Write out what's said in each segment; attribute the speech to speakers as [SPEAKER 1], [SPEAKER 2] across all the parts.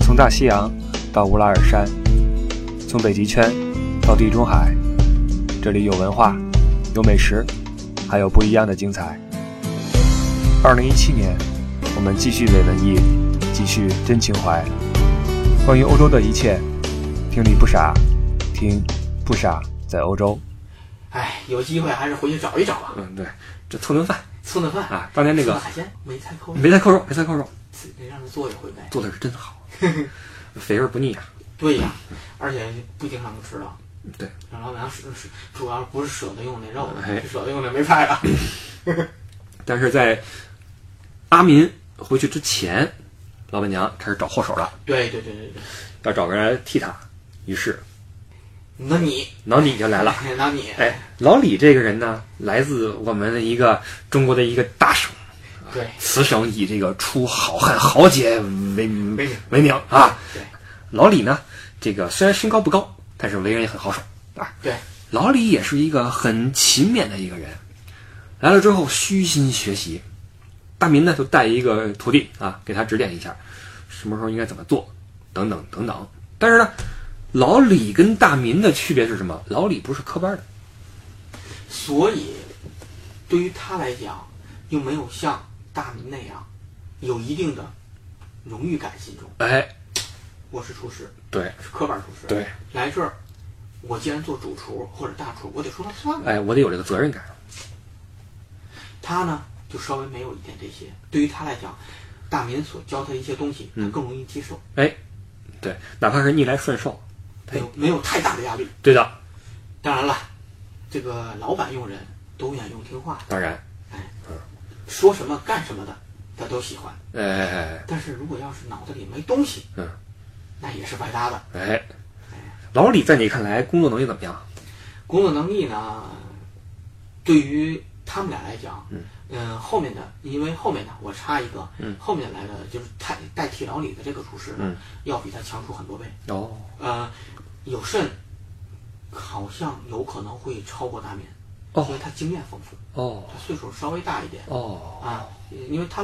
[SPEAKER 1] 从大西洋到乌拉尔山，从北极圈到地中海，这里有文化，有美食，还有不一样的精彩。二零一七年，我们继续伪文艺，继续真情怀。关于欧洲的一切，听你不傻，听不傻在欧洲。
[SPEAKER 2] 哎，有机会还是回去找一找吧，
[SPEAKER 1] 嗯，对，这蹭顿饭
[SPEAKER 2] 蹭顿饭，
[SPEAKER 1] 啊，当年那
[SPEAKER 2] 吃
[SPEAKER 1] 个
[SPEAKER 2] 个海鲜梅菜扣肉，
[SPEAKER 1] 梅菜扣肉，梅菜扣肉
[SPEAKER 2] 得让他做一回呗。
[SPEAKER 1] 做的是真好， 肥而不腻啊。
[SPEAKER 2] 对呀，而且不经常能吃到。
[SPEAKER 1] 对，
[SPEAKER 2] 让老板是是主要不是舍得用那肉
[SPEAKER 1] 哎，
[SPEAKER 2] 是舍得用那梅 菜了。
[SPEAKER 1] 但是在阿民回去之前，老板娘开始找后手了，
[SPEAKER 2] 对对对对对，
[SPEAKER 1] 要找个人来替他。于是
[SPEAKER 2] 那你
[SPEAKER 1] 老李就来了。
[SPEAKER 2] 那你
[SPEAKER 1] 哎，老李这个人呢，来自我们的一个中国的一个大省，
[SPEAKER 2] 对
[SPEAKER 1] 此省以这个出好汉豪杰为
[SPEAKER 2] 为名
[SPEAKER 1] 为名啊。
[SPEAKER 2] 对
[SPEAKER 1] 老李呢，这个虽然身高不高，但是为人也很好手啊。
[SPEAKER 2] 对，
[SPEAKER 1] 老李也是一个很勤勉的一个人，来了之后虚心学习。大民呢就带一个徒弟啊，给他指点一下，什么时候应该怎么做，等等等等。但是呢，老李跟大民的区别是什么？老李不是科班的，
[SPEAKER 2] 所以对于他来讲，又没有像大明那样有一定的荣誉感心中。
[SPEAKER 1] 哎，
[SPEAKER 2] 我是厨师，
[SPEAKER 1] 对
[SPEAKER 2] 是科班厨师。，
[SPEAKER 1] 对，
[SPEAKER 2] 来这儿，我既然做主厨或者大厨，我得说了算啊了。
[SPEAKER 1] 哎，我得有这个责任感。
[SPEAKER 2] 他呢，就稍微没有一点这些。对于他来讲，大民所教他一些东西，他更容易接受，
[SPEAKER 1] 哎，对，哪怕是逆来顺受，
[SPEAKER 2] 没有没有太大的压力。
[SPEAKER 1] 对的，
[SPEAKER 2] 当然了，这个老板用人都愿意用听话的，
[SPEAKER 1] 当然，
[SPEAKER 2] 说什么干什么的，他都喜欢。
[SPEAKER 1] 哎
[SPEAKER 2] 但是如果要是脑子里没东西，
[SPEAKER 1] 嗯，
[SPEAKER 2] 那也是白搭的。
[SPEAKER 1] 哎，老李在你看来工作能力怎么样？
[SPEAKER 2] 工作能力呢，对于他们俩来讲，嗯、后面的，因为后面的我插一个，嗯，后面来的就是代代替老李的这个厨师呢，
[SPEAKER 1] 嗯
[SPEAKER 2] 要比他强出很多倍，
[SPEAKER 1] 哦，
[SPEAKER 2] 呃，有甚，好像有可能会超过大面，
[SPEAKER 1] 哦
[SPEAKER 2] 因为他经验丰富，
[SPEAKER 1] 哦
[SPEAKER 2] 他岁数稍微大一点
[SPEAKER 1] 哦，
[SPEAKER 2] 啊，因为他，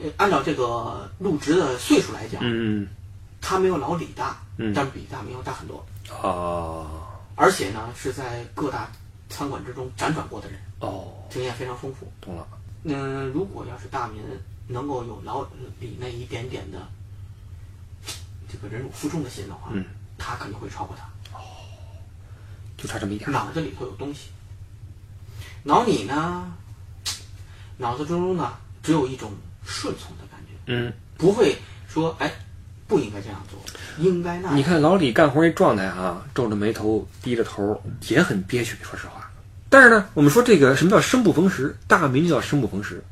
[SPEAKER 2] 呃，按照这个入职的岁数来讲，
[SPEAKER 1] 嗯
[SPEAKER 2] 他没有老李大，
[SPEAKER 1] 嗯
[SPEAKER 2] 但比大明要大很多，
[SPEAKER 1] 哦
[SPEAKER 2] 而且呢是在各大餐馆之中辗转过的人，
[SPEAKER 1] 哦，
[SPEAKER 2] 经验非常丰富。
[SPEAKER 1] 懂了，
[SPEAKER 2] 嗯，如果要是大民能够有老李那一点点的这个忍辱负重的心的话，
[SPEAKER 1] 嗯
[SPEAKER 2] 他肯定会超过他。
[SPEAKER 1] 就差这么一点儿。
[SPEAKER 2] 脑子里头有东西，脑你呢，脑子中呢只有一种顺从的感觉，
[SPEAKER 1] 嗯，
[SPEAKER 2] 不会说哎不应该这样做，应该那
[SPEAKER 1] 你
[SPEAKER 2] 样。
[SPEAKER 1] 看老李干活那状态啊，皱着眉头，低着头，也很憋屈。说实话，但是呢，我们说这个什么叫生不逢时，大名就叫生不逢时。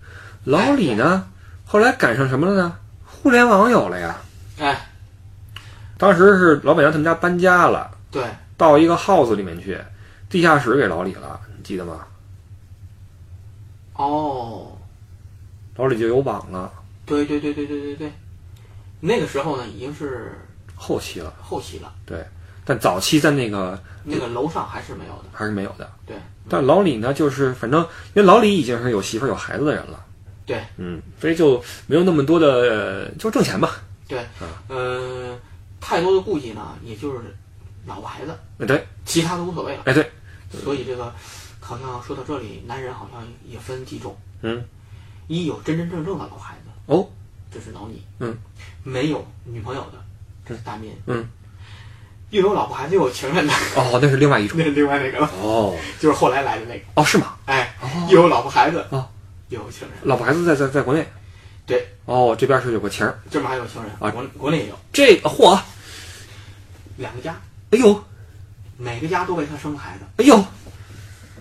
[SPEAKER 1] 老李呢，后来赶上什么了呢？互联网有了呀。
[SPEAKER 2] 哎，
[SPEAKER 1] 当时是老板娘他们家搬家了，
[SPEAKER 2] 对，
[SPEAKER 1] 到一个 house 里面去，地下室给老李了，你记得吗？
[SPEAKER 2] 哦，
[SPEAKER 1] 老李就有网了，
[SPEAKER 2] 对对对对对对对，那个时候呢已经是
[SPEAKER 1] 后期了，
[SPEAKER 2] 后期了，
[SPEAKER 1] 对。但早期在那个
[SPEAKER 2] 那个楼上还是没有的，
[SPEAKER 1] 还是没有的。
[SPEAKER 2] 对。
[SPEAKER 1] 但老李呢，就是反正因为老李已经是有媳妇儿有孩子的人了，
[SPEAKER 2] 对，
[SPEAKER 1] 嗯，所以就没有那么多的，呃就挣钱吧。
[SPEAKER 2] 对，呃，太多的顾忌呢，也就是老婆孩子，
[SPEAKER 1] 哎，对，
[SPEAKER 2] 其他的无所谓了。
[SPEAKER 1] 哎对，
[SPEAKER 2] 所以这个好像说到这里，男人好像也分几种，
[SPEAKER 1] 嗯，
[SPEAKER 2] 一有真真正正的老孩子，
[SPEAKER 1] 哦，
[SPEAKER 2] 这是老你，
[SPEAKER 1] 嗯，
[SPEAKER 2] 没有女朋友的，这是大民，
[SPEAKER 1] 嗯，
[SPEAKER 2] 又有老婆孩子又有情人的，
[SPEAKER 1] 哦，那是另外一种
[SPEAKER 2] 那。是另外那个 了，
[SPEAKER 1] 哦，
[SPEAKER 2] 就是后来来的那个，
[SPEAKER 1] 哦，是吗？
[SPEAKER 2] 哎，
[SPEAKER 1] 哦
[SPEAKER 2] 又有老婆孩子，
[SPEAKER 1] 哦
[SPEAKER 2] 又有情人，
[SPEAKER 1] 老婆孩子在在在国内。
[SPEAKER 2] 对，
[SPEAKER 1] 哦，这边是有个情儿，
[SPEAKER 2] 这边还有情人，
[SPEAKER 1] 啊
[SPEAKER 2] 国国内也有
[SPEAKER 1] 这嚯，
[SPEAKER 2] 两个家，
[SPEAKER 1] 哎呦
[SPEAKER 2] 每个家都为他生孩子。
[SPEAKER 1] 哎呦，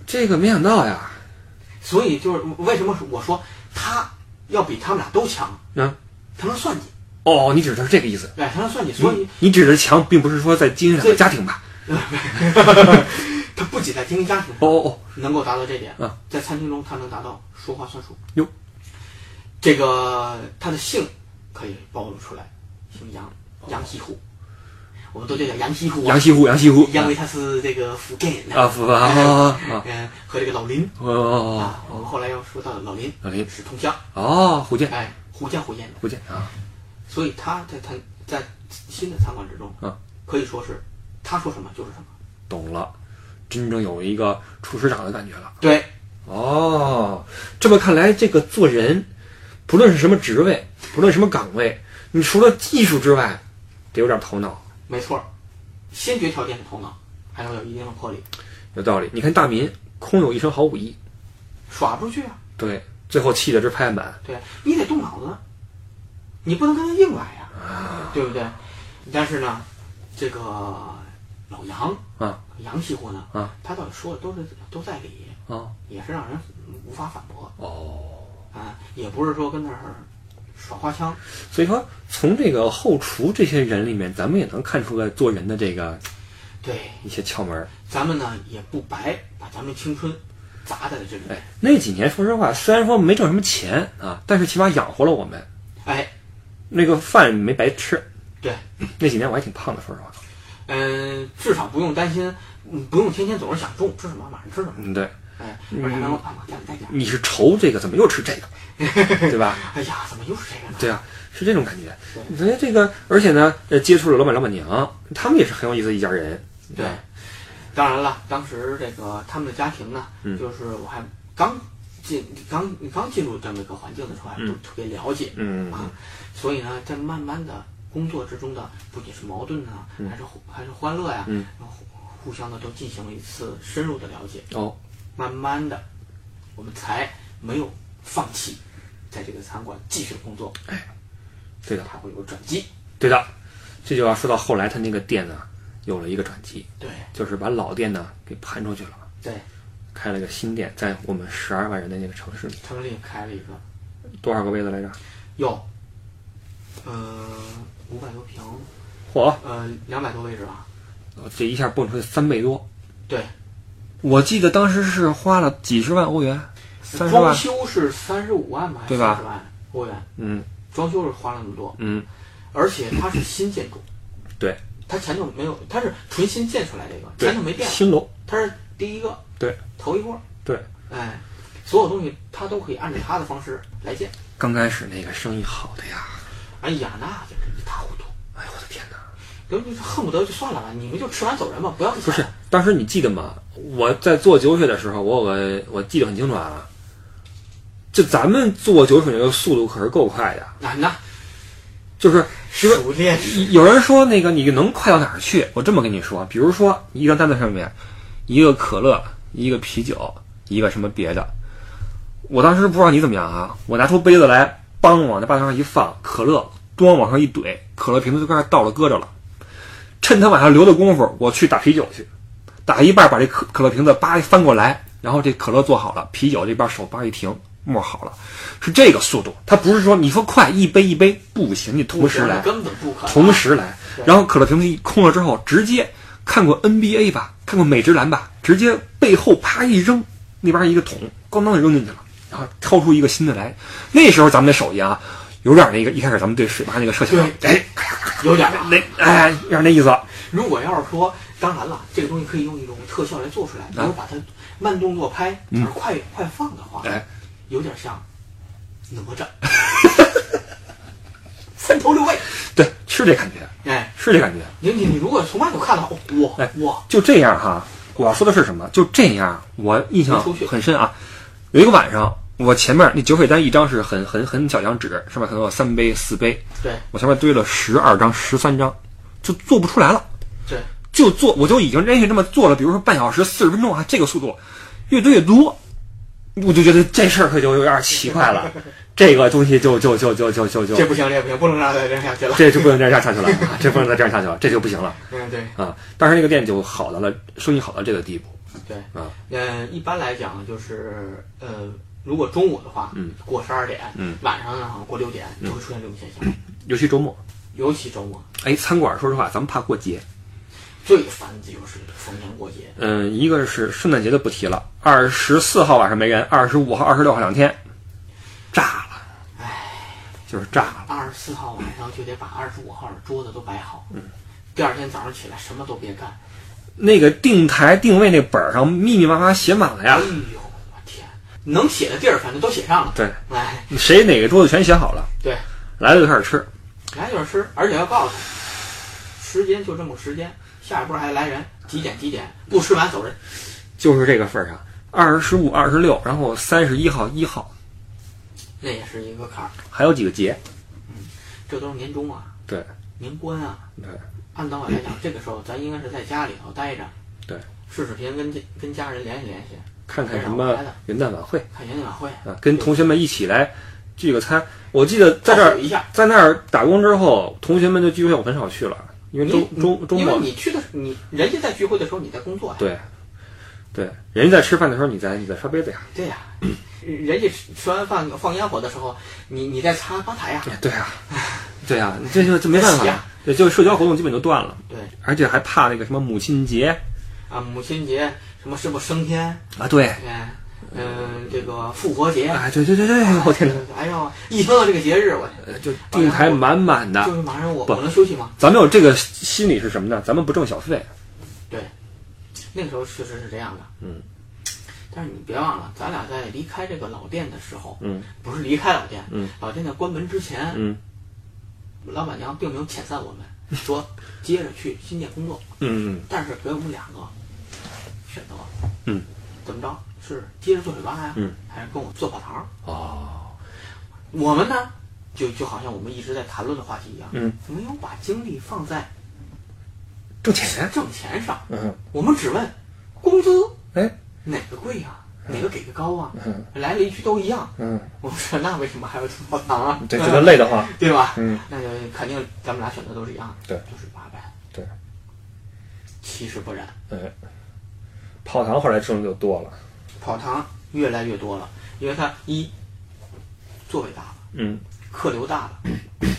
[SPEAKER 1] 这个没想到呀，
[SPEAKER 2] 所以就是为什么我说他要比他们俩都强，
[SPEAKER 1] 嗯，
[SPEAKER 2] 他能算计，
[SPEAKER 1] 哦，你指的是这个意思。
[SPEAKER 2] 哎，他能算计，所以、
[SPEAKER 1] 你指的强，并不是说在经营两个
[SPEAKER 2] 对
[SPEAKER 1] 家庭吧？
[SPEAKER 2] 他不仅在经营家庭
[SPEAKER 1] 哦哦
[SPEAKER 2] 能够达到这点，
[SPEAKER 1] 啊
[SPEAKER 2] 在餐厅中他能达到说话算数。
[SPEAKER 1] 哟，
[SPEAKER 2] 这个他的姓可以暴露出来，姓杨，杨西湖，我们都叫杨西湖
[SPEAKER 1] 哦，
[SPEAKER 2] 啊
[SPEAKER 1] 杨，西湖，杨西湖，
[SPEAKER 2] 因为他是这个福建人
[SPEAKER 1] 啊，福啊啊啊啊！
[SPEAKER 2] 嗯，和这个老林
[SPEAKER 1] 哦哦嗯
[SPEAKER 2] 啊，我们后来要说到的老林
[SPEAKER 1] 老林
[SPEAKER 2] 是同乡，
[SPEAKER 1] 哦，哦，福建，
[SPEAKER 2] 哎，福建福建的。
[SPEAKER 1] 福建啊，
[SPEAKER 2] 所以他在餐在新的餐馆之中，
[SPEAKER 3] 嗯，
[SPEAKER 2] 可以说是他说什么就是什么。
[SPEAKER 3] 懂了，真正有一个厨师长的感觉了。
[SPEAKER 2] 对，
[SPEAKER 3] 哦，这么看来，这个做人，不论是什么职位，不论什么岗位，你除了技术之外，得有点头脑。
[SPEAKER 2] 没错儿，先决条件是头脑，还要有一定的魄力，
[SPEAKER 3] 有道理。你看大民空有一身好武艺，
[SPEAKER 2] 耍不出去啊。
[SPEAKER 3] 对，最后气的直拍案板。
[SPEAKER 2] 对啊你得动脑子，你不能跟他硬来呀、对不对？但是呢，这个老杨
[SPEAKER 3] 啊，
[SPEAKER 2] 杨西湖呢，
[SPEAKER 3] 啊，
[SPEAKER 2] 他倒是说的都是都在理，
[SPEAKER 3] 啊，
[SPEAKER 2] 也是让人无法反驳
[SPEAKER 3] 哦，
[SPEAKER 2] 啊，也不是说跟那儿耍花枪。
[SPEAKER 3] 所以说从这个后厨这些人里面，咱们也能看出来做人的这个
[SPEAKER 2] 对，
[SPEAKER 3] 一些窍门儿。
[SPEAKER 2] 咱们呢也不白把咱们青春砸在了这里面
[SPEAKER 3] 哎，，那几年说实话，虽然说没挣什么钱啊，但是起码养活了我们，
[SPEAKER 2] 哎，
[SPEAKER 3] 那个饭没白吃。
[SPEAKER 2] 对，
[SPEAKER 3] 那几年我还挺胖的，说实话。
[SPEAKER 2] 嗯、至少不用担心，嗯不用天天总是想中午吃什么，晚上吃什么，
[SPEAKER 3] 嗯，对，
[SPEAKER 2] 哎，而且还能啊，我家里带点儿，
[SPEAKER 3] 你是愁这个，怎么又吃这个，对吧？
[SPEAKER 2] 哎呀，怎么又是这个呢？
[SPEAKER 3] 对啊，是这种感觉。所以这个，而且呢，呃，接触了老板老板娘，他们也是很有意思的一家人。
[SPEAKER 2] 对，当然了，当时这个他们的家庭呢，
[SPEAKER 3] 嗯
[SPEAKER 2] 就是我还刚进刚刚进入这么一个环境的时候，还不是特别了解、
[SPEAKER 3] 嗯，
[SPEAKER 2] 啊，所以呢，在慢慢的工作之中的，不仅是矛盾啊，还是互还是欢乐呀、
[SPEAKER 3] 嗯
[SPEAKER 2] 然后互互相的都进行了一次深入的了解，
[SPEAKER 3] 哦，
[SPEAKER 2] 慢慢的，我们才没有放弃，在这个餐馆继续工作，
[SPEAKER 3] 对的，
[SPEAKER 2] 它会有转机，
[SPEAKER 3] 对的，这就要说到后来他那个店呢，有了一个转机，
[SPEAKER 2] 对
[SPEAKER 3] 就是把老店呢给盘出去了，
[SPEAKER 2] 对，
[SPEAKER 3] 开了个新店，在我们十二万人的那个城市里，
[SPEAKER 2] 城里开了一个
[SPEAKER 3] 多少个位子来着？
[SPEAKER 2] 有，呃，五百多平，
[SPEAKER 3] 嚯，哦
[SPEAKER 2] 呃，两百多位置吧。
[SPEAKER 3] 这一下蹦出去三倍多。
[SPEAKER 2] 对，
[SPEAKER 3] 我记得当时是花了几十万欧元，三十
[SPEAKER 2] 装
[SPEAKER 3] 万，
[SPEAKER 2] 修是三十五万吧，还是
[SPEAKER 3] 对吧
[SPEAKER 2] 40万欧元，
[SPEAKER 3] 嗯
[SPEAKER 2] 装修是花了那么多，
[SPEAKER 3] 嗯，
[SPEAKER 2] 而且它是新建筑，
[SPEAKER 3] 对
[SPEAKER 2] 它前头没有，它是纯新建出来这个，
[SPEAKER 3] 对
[SPEAKER 2] 前头没变，
[SPEAKER 3] 新楼，
[SPEAKER 2] 它是第一个
[SPEAKER 3] 对
[SPEAKER 2] 头一波，
[SPEAKER 3] 对，
[SPEAKER 2] 哎，所有东西它都可以按照它的方式来建。
[SPEAKER 3] 刚开始那个生意好的呀，
[SPEAKER 2] 哎呀，那就是一塌糊涂，
[SPEAKER 3] 哎呦我的天哪！
[SPEAKER 2] 根本就是恨不得就算了吧，你们就吃完走人吧，不要不
[SPEAKER 3] 不是，当时你记得吗？我在做酒水的时候，我有个我记得很清楚啊。就咱们做酒水那个速度可是够快的，
[SPEAKER 2] 难呐，
[SPEAKER 3] 就是是
[SPEAKER 2] 熟练，
[SPEAKER 3] 有人说那个你能快到哪儿去？我这么跟你说，比如说一个单子上面，一个可乐，一个啤酒，一个什么别的。我当时不知道你怎么样啊，我拿出杯子来，梆往那吧台上一放，可乐咣往上一怼，可乐瓶子就开始倒了搁着了。趁他晚上留的功夫，我去打啤酒去，打一半把这可可乐瓶子叭一翻过来，然后这可乐做好了，啤酒这边手叭一停。沫好了，是这个速度，它不是说你说快一杯一杯不行，你同时来，
[SPEAKER 2] 根本不可能。
[SPEAKER 3] 同时来
[SPEAKER 2] 对，
[SPEAKER 3] 然后可乐瓶子一空了之后，直接看过 NBA 吧，看过美职篮吧，直接背后啪一扔，那边一个桶咣当就扔进去了，然后掏出一个新的来。那时候咱们的手艺啊，有点那个一开始咱们对水吧那个设想，
[SPEAKER 2] 对
[SPEAKER 3] 哎，
[SPEAKER 2] 有点儿
[SPEAKER 3] 那哎有点那意思，
[SPEAKER 2] 如果要是说，当然了，这个东西可以用一种特效来做出来，
[SPEAKER 3] 嗯
[SPEAKER 2] 比如把它慢动作拍，而快、快放的话，
[SPEAKER 3] 哎，
[SPEAKER 2] 有点像哪吒，三头六臂。
[SPEAKER 3] 对，是这感觉，
[SPEAKER 2] 哎，
[SPEAKER 3] 是这感觉。
[SPEAKER 2] 你你你如果从外头看的话，哇
[SPEAKER 3] 哎
[SPEAKER 2] 哇，
[SPEAKER 3] 就这样哈，我要说的是什么？就这样，我印象
[SPEAKER 2] 没出去
[SPEAKER 3] 很深啊。有一个晚上，我前面那酒水单一张是很很很小张纸，上面可能有三杯四杯，
[SPEAKER 2] 对
[SPEAKER 3] 我前面堆了十二张、十三张，就做不出来了，
[SPEAKER 2] 对，
[SPEAKER 3] 就做我就已经连续这么做了，比如说半小时、四十分钟啊，这个速度越堆越多，我就觉得这事儿可就有点奇怪了，这个东西就就就就就就就
[SPEAKER 2] 这不行，这不行，不能让它这样下 去了。
[SPEAKER 3] 这就不能再这样下去了，啊这不能再这样下去了，这就不行了
[SPEAKER 2] 嗯，对
[SPEAKER 3] 啊！当时那个店就好到了生意好到这个地步，
[SPEAKER 2] 对，
[SPEAKER 3] 啊
[SPEAKER 2] 嗯，一般来讲就是呃。如果中午的话，
[SPEAKER 3] 嗯，
[SPEAKER 2] 过十二点，
[SPEAKER 3] 嗯，
[SPEAKER 2] 晚上呢过六点就会出现这种现象，
[SPEAKER 3] 尤其周末。
[SPEAKER 2] 尤其周末
[SPEAKER 3] 哎，餐馆说实话，咱们怕过节，
[SPEAKER 2] 最烦的就是逢年过节，
[SPEAKER 3] 嗯，一个是圣诞节的不提了，二十四号晚上没人，二十五号、二十六号两天，炸了，哎，就是炸了。
[SPEAKER 2] 二十四号晚上就得把二十五号的桌子都摆好。嗯，第二天早上起来什么都别干。
[SPEAKER 3] 那个定台定位那本儿上密密麻麻写满了
[SPEAKER 2] 哎
[SPEAKER 3] 呀
[SPEAKER 2] 呦，，我天，能写的地儿反正都写上了。
[SPEAKER 3] 对，
[SPEAKER 2] 哎，
[SPEAKER 3] 谁哪个桌子全写好了，
[SPEAKER 2] 对，
[SPEAKER 3] 来了就开始吃。
[SPEAKER 2] 来就是吃，而且要告诉他，时间就这么时间，下一波还来人，几点几点不吃完走人。
[SPEAKER 3] 就是这个份儿啊上，二十五、二十六，然后三十一号、一号，
[SPEAKER 2] 那也是一个坎儿，
[SPEAKER 3] 还有几个节，
[SPEAKER 2] 这都是年终啊，
[SPEAKER 3] 对
[SPEAKER 2] 年关啊。
[SPEAKER 3] 对，
[SPEAKER 2] 按道理来讲，这个时候咱应该是在家里头待着，
[SPEAKER 3] 对，
[SPEAKER 2] 视视频跟家跟家人联系联系，
[SPEAKER 3] 看看什
[SPEAKER 2] 没
[SPEAKER 3] 么
[SPEAKER 2] 啥玩的
[SPEAKER 3] 元旦晚会
[SPEAKER 2] 看元旦晚会，
[SPEAKER 3] 啊，跟同学们一起来聚个餐。我记得在这儿
[SPEAKER 2] 一下。
[SPEAKER 3] 在那儿打工之后，同学们的聚会我很少去了，因为周
[SPEAKER 2] 你
[SPEAKER 3] 周周
[SPEAKER 2] 因为
[SPEAKER 3] 末
[SPEAKER 2] 你去的时候你人家在聚会的时候你在工作啊呀、
[SPEAKER 3] 对对，人家在吃饭的时候你在你在刷杯子呀，
[SPEAKER 2] 对呀、人家吃吃完饭放烟火的时候，你你在擦吧台呀、
[SPEAKER 3] 对呀、对呀、这就这没办
[SPEAKER 2] 哎
[SPEAKER 3] 法
[SPEAKER 2] 呀，
[SPEAKER 3] 啊对，就社交活动基本就断了，
[SPEAKER 2] 对
[SPEAKER 3] 而且还怕那个什么母亲节
[SPEAKER 2] 啊，母亲节什么是不升天？
[SPEAKER 3] 啊，对，
[SPEAKER 2] 哎嗯、这个复活节。
[SPEAKER 3] 哎，对对对对，我天哪，！
[SPEAKER 2] 哎呦，一说到这个节日，我
[SPEAKER 3] 呃就定台满满的，
[SPEAKER 2] 就是马上我
[SPEAKER 3] 不
[SPEAKER 2] 我能休息吗？
[SPEAKER 3] 咱们有这个心理是什么呢？咱们不挣小费，啊
[SPEAKER 2] 那个时候确实是这样的。
[SPEAKER 3] 嗯。
[SPEAKER 2] 但是你别忘了，咱俩在离开这个老店的时候，
[SPEAKER 3] 嗯
[SPEAKER 2] 不是离开老店，
[SPEAKER 3] 嗯
[SPEAKER 2] 老店在关门之前，
[SPEAKER 3] 嗯
[SPEAKER 2] 老板娘并没有遣散我们，说接着去新店工作，
[SPEAKER 3] 嗯
[SPEAKER 2] 但是给我们两个选择，
[SPEAKER 3] 嗯，
[SPEAKER 2] 怎么着？是接着做水吧呀，
[SPEAKER 3] 嗯，
[SPEAKER 2] 还是跟我做跑堂？
[SPEAKER 3] 哦，
[SPEAKER 2] 我们呢，就就好像我们一直在谈论的话题一样，
[SPEAKER 3] 嗯，
[SPEAKER 2] 没有把精力放在
[SPEAKER 3] 挣钱，
[SPEAKER 2] 挣钱上，
[SPEAKER 3] 嗯，
[SPEAKER 2] 我们只问工资
[SPEAKER 3] 哎，
[SPEAKER 2] 哪个贵呀、哪个给的高啊？
[SPEAKER 3] 嗯
[SPEAKER 2] 来了一句都一样，
[SPEAKER 3] 嗯，
[SPEAKER 2] 我们说那为什么还要做跑堂啊？
[SPEAKER 3] 对，觉得累得慌，
[SPEAKER 2] 对吧？
[SPEAKER 3] 嗯，
[SPEAKER 2] 那就肯定咱们俩选择都是一样的，
[SPEAKER 3] 对
[SPEAKER 2] 就是八百，
[SPEAKER 3] 对，
[SPEAKER 2] 其实不然，
[SPEAKER 3] 哎，泡糖后来挣的就多了，
[SPEAKER 2] 跑堂越来越多了，因为它一座位大了，
[SPEAKER 3] 嗯
[SPEAKER 2] 客流大了，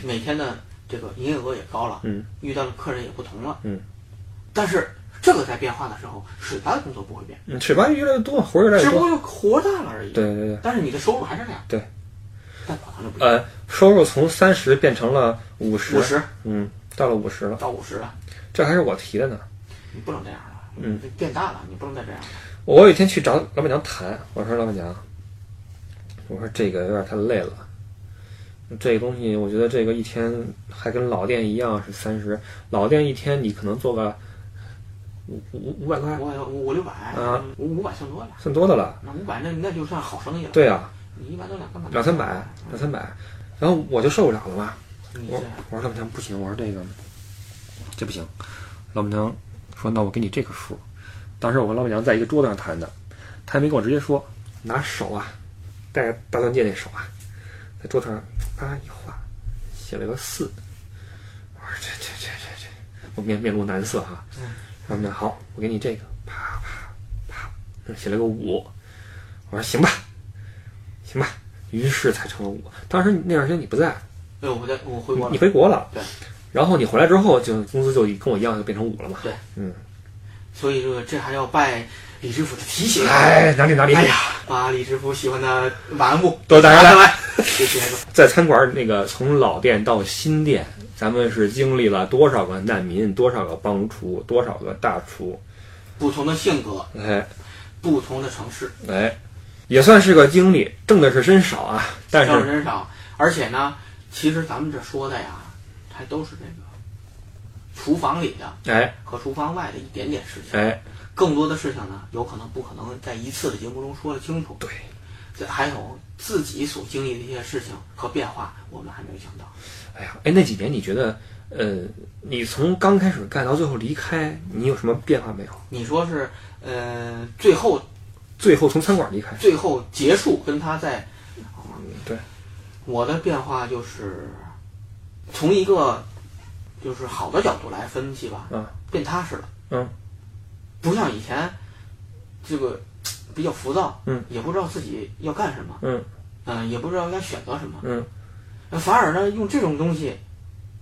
[SPEAKER 2] 每天的这个营业额也高了，
[SPEAKER 3] 嗯，
[SPEAKER 2] 遇到的客人也不同了，
[SPEAKER 3] 嗯，
[SPEAKER 2] 但是这个在变化的时候，水吧的工作不会变，
[SPEAKER 3] 嗯，水吧越来越多，活儿越来
[SPEAKER 2] 只
[SPEAKER 3] 越
[SPEAKER 2] 不过
[SPEAKER 3] 多，
[SPEAKER 2] 就活大了而已，
[SPEAKER 3] 对，对对，
[SPEAKER 2] 但是你的收入还是那样，
[SPEAKER 3] 对，
[SPEAKER 2] 但跑堂就不一样，
[SPEAKER 3] 呃，收入从三十变成了五十，
[SPEAKER 2] 五十
[SPEAKER 3] 嗯，到了五十了，
[SPEAKER 2] 到五十了，
[SPEAKER 3] 这还是我提的呢。
[SPEAKER 2] 你不能这样了，
[SPEAKER 3] 嗯，
[SPEAKER 2] 变大了，你不能再这样了，
[SPEAKER 3] 我有一天去找老板娘谈，我说老板娘，我说这个有点太累了，这个东西我觉得这个一天还跟老店一样是三十，老店一天你可能做个五五五百块，
[SPEAKER 2] 我五五六百，
[SPEAKER 3] 啊
[SPEAKER 2] 五五百算多了。
[SPEAKER 3] 算多的了。
[SPEAKER 2] 那五百那那就算好生意了。，
[SPEAKER 3] 对啊，
[SPEAKER 2] 你一般都两三百。
[SPEAKER 3] 两三百，两三百，然后我就受不了了嘛。
[SPEAKER 2] 你这
[SPEAKER 3] 我
[SPEAKER 2] 样
[SPEAKER 3] 我说老板娘不行，我说这个这不行。老板娘说那我给你这个数。当时我跟老板娘在一个桌子上谈的，她也没跟我直接说，拿手啊，带着大钻戒那手啊，在桌子上啪一画，写了个四。我说这这这这这，我面面露难色哈、
[SPEAKER 2] 嗯
[SPEAKER 3] 老板娘好，我给你这个，啪啪啪，写了个五。我说行吧，行吧，于是才成了五。当时那段时间你不在，
[SPEAKER 2] 对，我在我回国
[SPEAKER 3] 你
[SPEAKER 2] 了。
[SPEAKER 3] 回国了，
[SPEAKER 2] 对。
[SPEAKER 3] 然后你回来之后，就工资就跟我一样，就变成五了嘛。
[SPEAKER 2] 对，
[SPEAKER 3] 嗯。
[SPEAKER 2] 所以说这还要拜李知府的提携。
[SPEAKER 3] 哎，哪里哪里，
[SPEAKER 2] 哎呀，把李知府喜欢的玩物
[SPEAKER 3] 都带
[SPEAKER 2] 拿
[SPEAKER 3] 上
[SPEAKER 2] 出
[SPEAKER 3] 来。
[SPEAKER 2] 来，这些个
[SPEAKER 3] 在餐馆那个从老店到新店，咱们是经历了多少个难民，多少个帮厨，多少个大厨，
[SPEAKER 2] 不同的性格，
[SPEAKER 3] 哎
[SPEAKER 2] 不同的城市，
[SPEAKER 3] 哎，也算是个经历，挣的是真少啊，但
[SPEAKER 2] 招
[SPEAKER 3] 是
[SPEAKER 2] 人少。而且呢，其实咱们这说的呀，还都是这个厨房里的
[SPEAKER 3] 哎
[SPEAKER 2] 和厨房外的一点点事情。
[SPEAKER 3] 哎，
[SPEAKER 2] 更多的事情呢，有可能不可能在一次的节目中说得清楚。
[SPEAKER 3] 对，
[SPEAKER 2] 这还有自己所经历的一些事情和变化，我们还没有想到。
[SPEAKER 3] 哎呀，哎那几年你觉得，呃，你从刚开始干到最后离开，你有什么变化没有？
[SPEAKER 2] 你说是，呃，最后
[SPEAKER 3] 最后从餐馆离开，
[SPEAKER 2] 最后结束跟他在，
[SPEAKER 3] 对，
[SPEAKER 2] 我的变化就是从一个就是好的角度来分析吧，
[SPEAKER 3] 嗯，
[SPEAKER 2] 变踏实了，
[SPEAKER 3] 嗯，
[SPEAKER 2] 不像以前这个比较浮躁，
[SPEAKER 3] 嗯，
[SPEAKER 2] 也不知道自己要干什么，
[SPEAKER 3] 嗯
[SPEAKER 2] 嗯、也不知道该选择什么，
[SPEAKER 3] 嗯
[SPEAKER 2] 反而呢，用这种东西，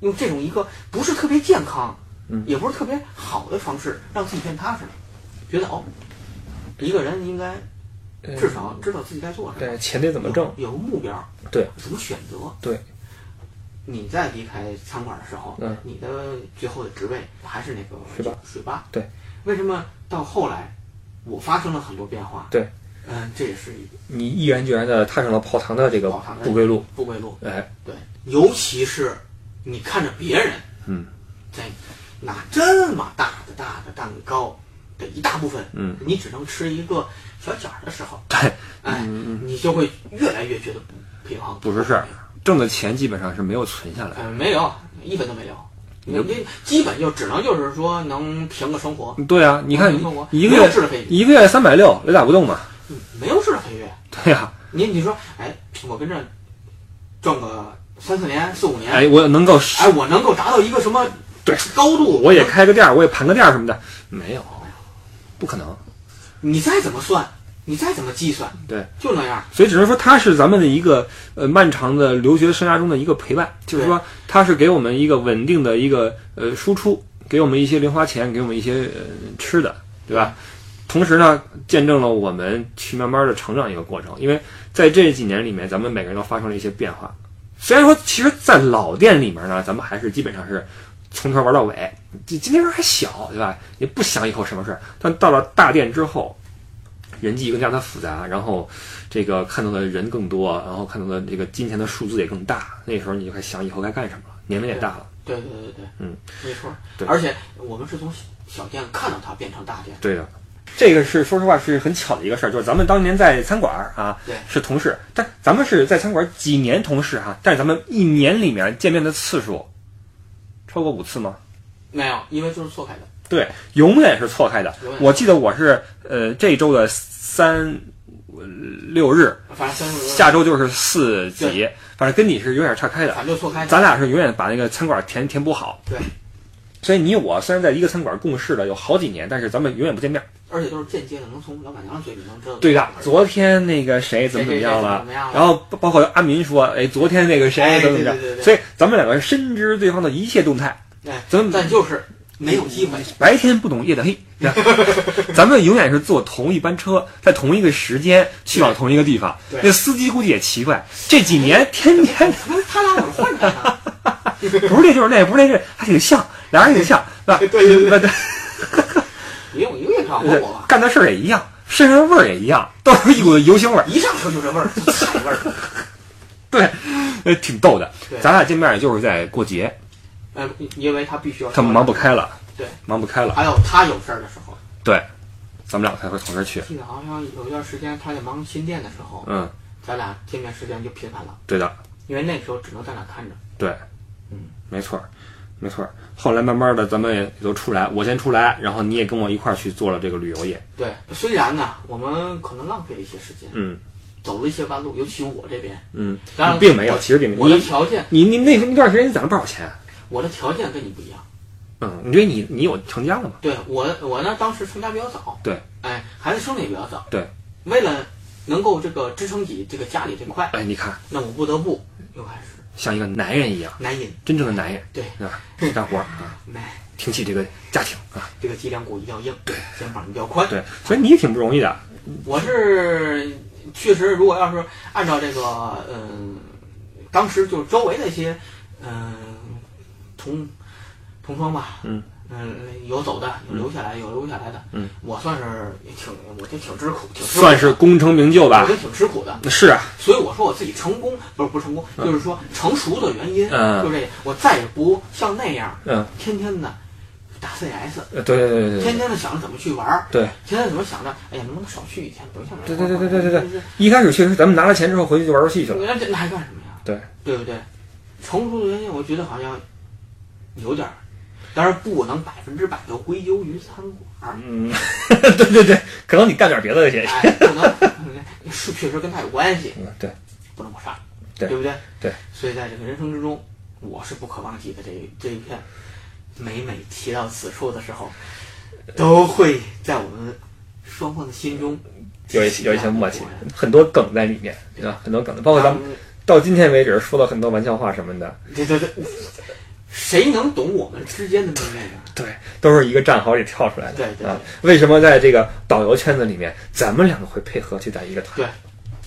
[SPEAKER 2] 用这种一个不是特别健康，
[SPEAKER 3] 嗯
[SPEAKER 2] 也不是特别好的方式，让自己变踏实了，觉得哦，一个人应该
[SPEAKER 3] 呃
[SPEAKER 2] 至少知道自己该做什么，
[SPEAKER 3] 对，钱得怎么挣？
[SPEAKER 2] 有有个目标，
[SPEAKER 3] 对，
[SPEAKER 2] 有什么选择，
[SPEAKER 3] 对。
[SPEAKER 2] 你在离开餐馆的时候，
[SPEAKER 3] 嗯
[SPEAKER 2] 你的最后的职位还是那个
[SPEAKER 3] 水吧，
[SPEAKER 2] 水吧，
[SPEAKER 3] 对。
[SPEAKER 2] 为什么到后来我发生了很多变化？
[SPEAKER 3] 对，
[SPEAKER 2] 嗯，这也是一
[SPEAKER 3] 你毅然决然的踏上了泡糖的这个
[SPEAKER 2] 泡糖的
[SPEAKER 3] 不归路。
[SPEAKER 2] 不归路。
[SPEAKER 3] 哎，
[SPEAKER 2] 对，尤其是你看着别人
[SPEAKER 3] 嗯
[SPEAKER 2] 在拿这么大的大的蛋糕的一大部分，
[SPEAKER 3] 嗯，
[SPEAKER 2] 你只能吃一个小角儿的时候，
[SPEAKER 3] 对，嗯
[SPEAKER 2] 哎，你就会越来越觉得不平衡，
[SPEAKER 3] 不是事儿，挣的钱基本上是没有存下来。
[SPEAKER 2] 嗯，没有，一分都没有。你你基本就只能就是说能平个生活，
[SPEAKER 3] 对啊，你看
[SPEAKER 2] 没有过
[SPEAKER 3] 一
[SPEAKER 2] 嗯没
[SPEAKER 3] 个
[SPEAKER 2] 有智慧
[SPEAKER 3] 月一个月三百六，雷打不动嘛。
[SPEAKER 2] 嗯没有质的飞跃。
[SPEAKER 3] 对呀、
[SPEAKER 2] 你你说，哎，我跟这赚个三四年、四五年，
[SPEAKER 3] 哎，我能够是
[SPEAKER 2] 哎，我能够达到一个什么
[SPEAKER 3] 对
[SPEAKER 2] 高度？
[SPEAKER 3] 我也开个店儿，我也盘个店儿什么的，没有，不可能。
[SPEAKER 2] 你再怎么算，你再怎么计算，
[SPEAKER 3] 对，
[SPEAKER 2] 就那样。
[SPEAKER 3] 所以只能说它是咱们的一个呃漫长的留学生涯中的一个陪伴，就是说它是给我们一个稳定的一个呃输出，给我们一些零花钱，给我们一些呃吃的，对吧？同时呢，见证了我们去慢慢的成长一个过程，因为在这几年里面，咱们每个人都发生了一些变化。虽然说，其实，在老店里面呢，咱们还是基本上是从头玩到尾。今今天还小，对吧？也不想以后什么事儿。但到了大店之后，人际更加的复杂，然后这个看到的人更多，然后看到的这个金钱的数字也更大。那时候你就该想以后该干什么了，年龄也大了。
[SPEAKER 2] 对对对对，
[SPEAKER 3] 嗯，
[SPEAKER 2] 没错儿。
[SPEAKER 3] 对
[SPEAKER 2] 而且我们是从小店看到它变成大店，
[SPEAKER 3] 对的，这个是说实话是很巧的一个事儿，就是咱们当年在餐馆儿啊，
[SPEAKER 2] 对
[SPEAKER 3] 是同事，但咱们是在餐馆儿几年同事哈、但是咱们一年里面见面的次数超过五次吗？
[SPEAKER 2] 没有，因为就是错开的。
[SPEAKER 3] 对，永远是错开的
[SPEAKER 2] 永。远
[SPEAKER 3] 我记得我是呃这周的三呃六日，
[SPEAKER 2] 反正三十
[SPEAKER 3] 下周就是四几，反正跟你是有点岔开的。
[SPEAKER 2] 反正就错开的。
[SPEAKER 3] 咱俩是永远把那个餐馆填填补好。
[SPEAKER 2] 对，
[SPEAKER 3] 所以你我虽然在一个餐馆共事了有好几年，但是咱们永远不见面。
[SPEAKER 2] 而且都是间接的，能从老板娘嘴里能知道。
[SPEAKER 3] 对的，昨天那个谁怎么怎么样了
[SPEAKER 2] 谁谁谁怎么怎么样，了
[SPEAKER 3] 然后包括阿民说，哎，昨天那个谁
[SPEAKER 2] 哎
[SPEAKER 3] 怎么怎么
[SPEAKER 2] 对对对
[SPEAKER 3] 样，
[SPEAKER 2] 对
[SPEAKER 3] 所以咱们两个深知对方的一切动态。
[SPEAKER 2] 哎，
[SPEAKER 3] 咱们
[SPEAKER 2] 但就是没有机会。
[SPEAKER 3] 白天不懂夜 的黑，对吧咱们永远是坐同一班车，在同一个时间去往同一个地方
[SPEAKER 2] 对。
[SPEAKER 3] 那司机估计也奇怪，这几年天天
[SPEAKER 2] 那他俩怎么换着呢？
[SPEAKER 3] 不是这就是那，不是那这，还挺像，俩人挺像， 对 吧？
[SPEAKER 2] 对对对
[SPEAKER 3] 对对
[SPEAKER 2] 也有一个月上
[SPEAKER 3] 对
[SPEAKER 2] 我吧，
[SPEAKER 3] 干的事儿也一样，身上味儿也一样，都是一股子油腥味儿。
[SPEAKER 2] 一上车就这味儿，就菜味儿。
[SPEAKER 3] 对，呃，挺逗的
[SPEAKER 2] 对。
[SPEAKER 3] 咱俩见面也就是在过节，
[SPEAKER 2] 呃，因为他必须要
[SPEAKER 3] 他们忙不开了，
[SPEAKER 2] 对，
[SPEAKER 3] 忙不开了。
[SPEAKER 2] 还有他有事儿的时候，
[SPEAKER 3] 对，咱们俩才会同时去。
[SPEAKER 2] 记得好像有一段时间他在忙新店的时候，
[SPEAKER 3] 嗯，
[SPEAKER 2] 咱俩见面时间就频繁了，
[SPEAKER 3] 对的，
[SPEAKER 2] 因为那时候只能咱俩看着。
[SPEAKER 3] 对，
[SPEAKER 2] 嗯，
[SPEAKER 3] 没错儿，没错儿。后来慢慢的，咱们也都出来，我先出来，然后你也跟我一块儿去做了这个旅游业。
[SPEAKER 2] 对，虽然呢，我们可能浪费了一些时间，
[SPEAKER 3] 嗯
[SPEAKER 2] 走了一些弯路，尤其我这边，
[SPEAKER 3] 嗯，
[SPEAKER 2] 当然
[SPEAKER 3] 并没有，其实并没有。
[SPEAKER 2] 我的
[SPEAKER 3] 你
[SPEAKER 2] 条件，
[SPEAKER 3] 你你那那段时间你攒了不少钱？
[SPEAKER 2] 我的条件跟你不一样。
[SPEAKER 3] 嗯，因为你你有成家了嘛？
[SPEAKER 2] 对我，我呢当时成家比较早，
[SPEAKER 3] 对，
[SPEAKER 2] 哎，孩子生的也比较早，
[SPEAKER 3] 对，
[SPEAKER 2] 为了能够这个支撑起这个家里这块，
[SPEAKER 3] 哎，你看
[SPEAKER 2] 那我不得不又开始
[SPEAKER 3] 像一个男人一样，
[SPEAKER 2] 男饮，
[SPEAKER 3] 真正的男人，
[SPEAKER 2] 对，
[SPEAKER 3] 啊，干活儿啊，
[SPEAKER 2] 买
[SPEAKER 3] 挺起这个家庭啊，
[SPEAKER 2] 这个脊梁骨一定要硬，对，肩膀一定要宽。
[SPEAKER 3] 对，所以你也挺不容易的。
[SPEAKER 2] 我是确实，如果要是按照这个，嗯、当时就是周围的一些，嗯、同同窗吧，
[SPEAKER 3] 嗯。
[SPEAKER 2] 嗯，有走的，有留下来，有留下来的。
[SPEAKER 3] 嗯，
[SPEAKER 2] 我算是挺，我就挺知苦，挺吃苦
[SPEAKER 3] 算是功成名就吧
[SPEAKER 2] 我。就挺吃苦的。
[SPEAKER 3] 是啊，
[SPEAKER 2] 所以我说我自己成功，不是不是成功，就是说成熟的原因，
[SPEAKER 3] 嗯
[SPEAKER 2] 就是这个，我再也不像那样
[SPEAKER 3] 嗯，
[SPEAKER 2] 天天的打 CS，
[SPEAKER 3] 呃对对对对
[SPEAKER 2] 天
[SPEAKER 3] 对
[SPEAKER 2] 天的想着怎么去玩儿，
[SPEAKER 3] 对，
[SPEAKER 2] 天天怎么想着，哎呀，能不能少去一天，留下来。
[SPEAKER 3] 对对对对对对
[SPEAKER 2] 对。
[SPEAKER 3] 一开始确实咱们拿了钱之后回去就玩游戏去了。
[SPEAKER 2] 那这那还干什么呀？
[SPEAKER 3] 对
[SPEAKER 2] 对不对？成熟的原因，我觉得好像有点儿，当然不能百分之百的归咎于餐馆儿，
[SPEAKER 3] 嗯，对对对，可能你干点别的去。
[SPEAKER 2] 哎，不能嗯是确实跟他有关系，
[SPEAKER 3] 嗯，对，
[SPEAKER 2] 不能抹杀，
[SPEAKER 3] 对
[SPEAKER 2] 不对？
[SPEAKER 3] 对，
[SPEAKER 2] 所以在这个人生之中，我是不可忘记的这一这一片。每每提到此处的时候，都会在我们双方的心中
[SPEAKER 3] 嗯有一些有一些默契，很多梗在里面，对吧？很多梗，包括咱们
[SPEAKER 2] 们
[SPEAKER 3] 到今天为止说了很多玩笑话什么的，
[SPEAKER 2] 对对对，谁能懂我们之间的秘密呢？
[SPEAKER 3] 对，都是一个战壕里跳出来的。
[SPEAKER 2] 对对对
[SPEAKER 3] 啊，为什么在这个导游圈子里面，咱们两个会配合去在一个团？
[SPEAKER 2] 对，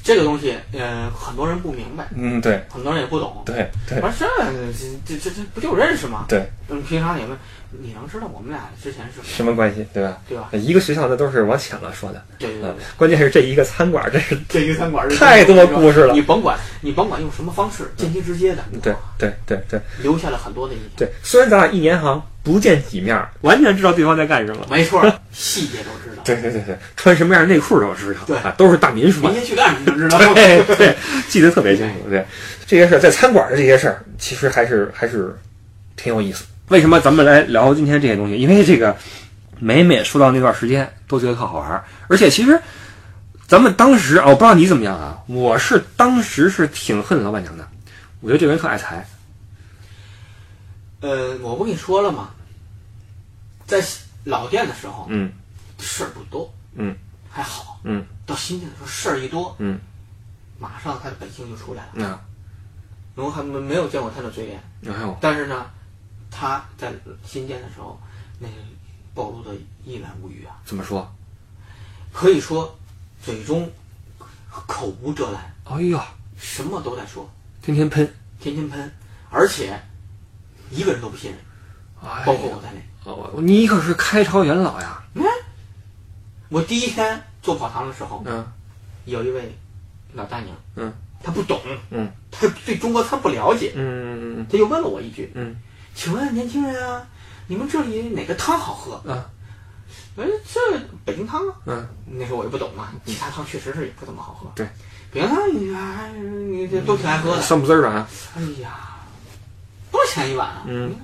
[SPEAKER 2] 这个东西，呃，很多人不明白，
[SPEAKER 1] 嗯，对
[SPEAKER 2] 很多人也不懂。
[SPEAKER 1] 对对
[SPEAKER 2] 我说这这这这不就认识吗？
[SPEAKER 1] 对，
[SPEAKER 2] 嗯，平常也没，你能知道我们俩之前是
[SPEAKER 3] 什么关系，对吧？
[SPEAKER 2] 对吧？
[SPEAKER 3] 一个学校的都是往浅了说的，
[SPEAKER 2] 对对对
[SPEAKER 3] 嗯
[SPEAKER 2] 对，，
[SPEAKER 3] 关键是这一个餐馆，这是
[SPEAKER 2] 这一个餐馆是
[SPEAKER 3] 嗯太多故事了
[SPEAKER 2] 你甭管你甭管用什么方式，间接直接的，
[SPEAKER 3] 对对对对
[SPEAKER 2] 留下了很多的印象。
[SPEAKER 3] 对。虽然咱俩一年行不见几面儿，完全知道对方在干什么。
[SPEAKER 2] 没错，细节都知道。
[SPEAKER 3] 对对对对，穿什么样的内裤都知道，
[SPEAKER 2] 对
[SPEAKER 3] 啊，都是大民
[SPEAKER 2] 明
[SPEAKER 3] 穿。
[SPEAKER 2] 天去干你就知道。
[SPEAKER 3] 对对，记得特别清楚。对，这些事儿在餐馆的这些事儿，其实还是还是挺有意思。为什么咱们来聊今天这些东西？因为这个每每说到那段时间，都觉得特好玩儿。而且其实咱们当时啊，我不知道你怎么样啊，我是当时是挺恨老板娘的，我觉得这个人特爱财。
[SPEAKER 2] 呃，我不跟你说了吗？在老店的时候
[SPEAKER 3] 嗯
[SPEAKER 2] 事儿不多，
[SPEAKER 3] 嗯，
[SPEAKER 2] 还好。
[SPEAKER 3] 嗯
[SPEAKER 2] 到新店的时候事儿一多，
[SPEAKER 3] 嗯
[SPEAKER 2] 马上他的本性就出来了。
[SPEAKER 3] 啊，
[SPEAKER 2] 我还没没有见过他的嘴脸，
[SPEAKER 3] 然后
[SPEAKER 2] 但是呢，他在新店的时候，那个暴露的一览无余啊，
[SPEAKER 3] 怎么说？
[SPEAKER 2] 可以说嘴中口无遮拦，
[SPEAKER 3] 哎呦，
[SPEAKER 2] 什么都在说，
[SPEAKER 3] 天天喷，
[SPEAKER 2] 天天喷，而且一个人都不信任，
[SPEAKER 3] 哎
[SPEAKER 2] 包括我在内。
[SPEAKER 3] 哦，你可是开朝元老哎呀。
[SPEAKER 2] 我第一天做跑堂的时候，
[SPEAKER 3] 嗯
[SPEAKER 2] 有一位老大娘，
[SPEAKER 3] 嗯，
[SPEAKER 2] 她不懂，
[SPEAKER 3] 嗯，
[SPEAKER 2] 她对中国她不了解，
[SPEAKER 3] 嗯嗯
[SPEAKER 2] 她就问了我一句，
[SPEAKER 3] 嗯
[SPEAKER 2] 请问年轻人啊，你们这里哪个汤好喝？
[SPEAKER 3] 嗯啊
[SPEAKER 2] 我说这北京汤啊，
[SPEAKER 3] 嗯。
[SPEAKER 2] 那时候我也不懂嘛，其他汤确实是也不怎么好喝。
[SPEAKER 3] 对，
[SPEAKER 2] 北京汤你还你这都挺爱喝的。
[SPEAKER 3] 三不字儿的啊，
[SPEAKER 2] 哎呀，多少钱一碗啊？
[SPEAKER 3] 嗯
[SPEAKER 2] 你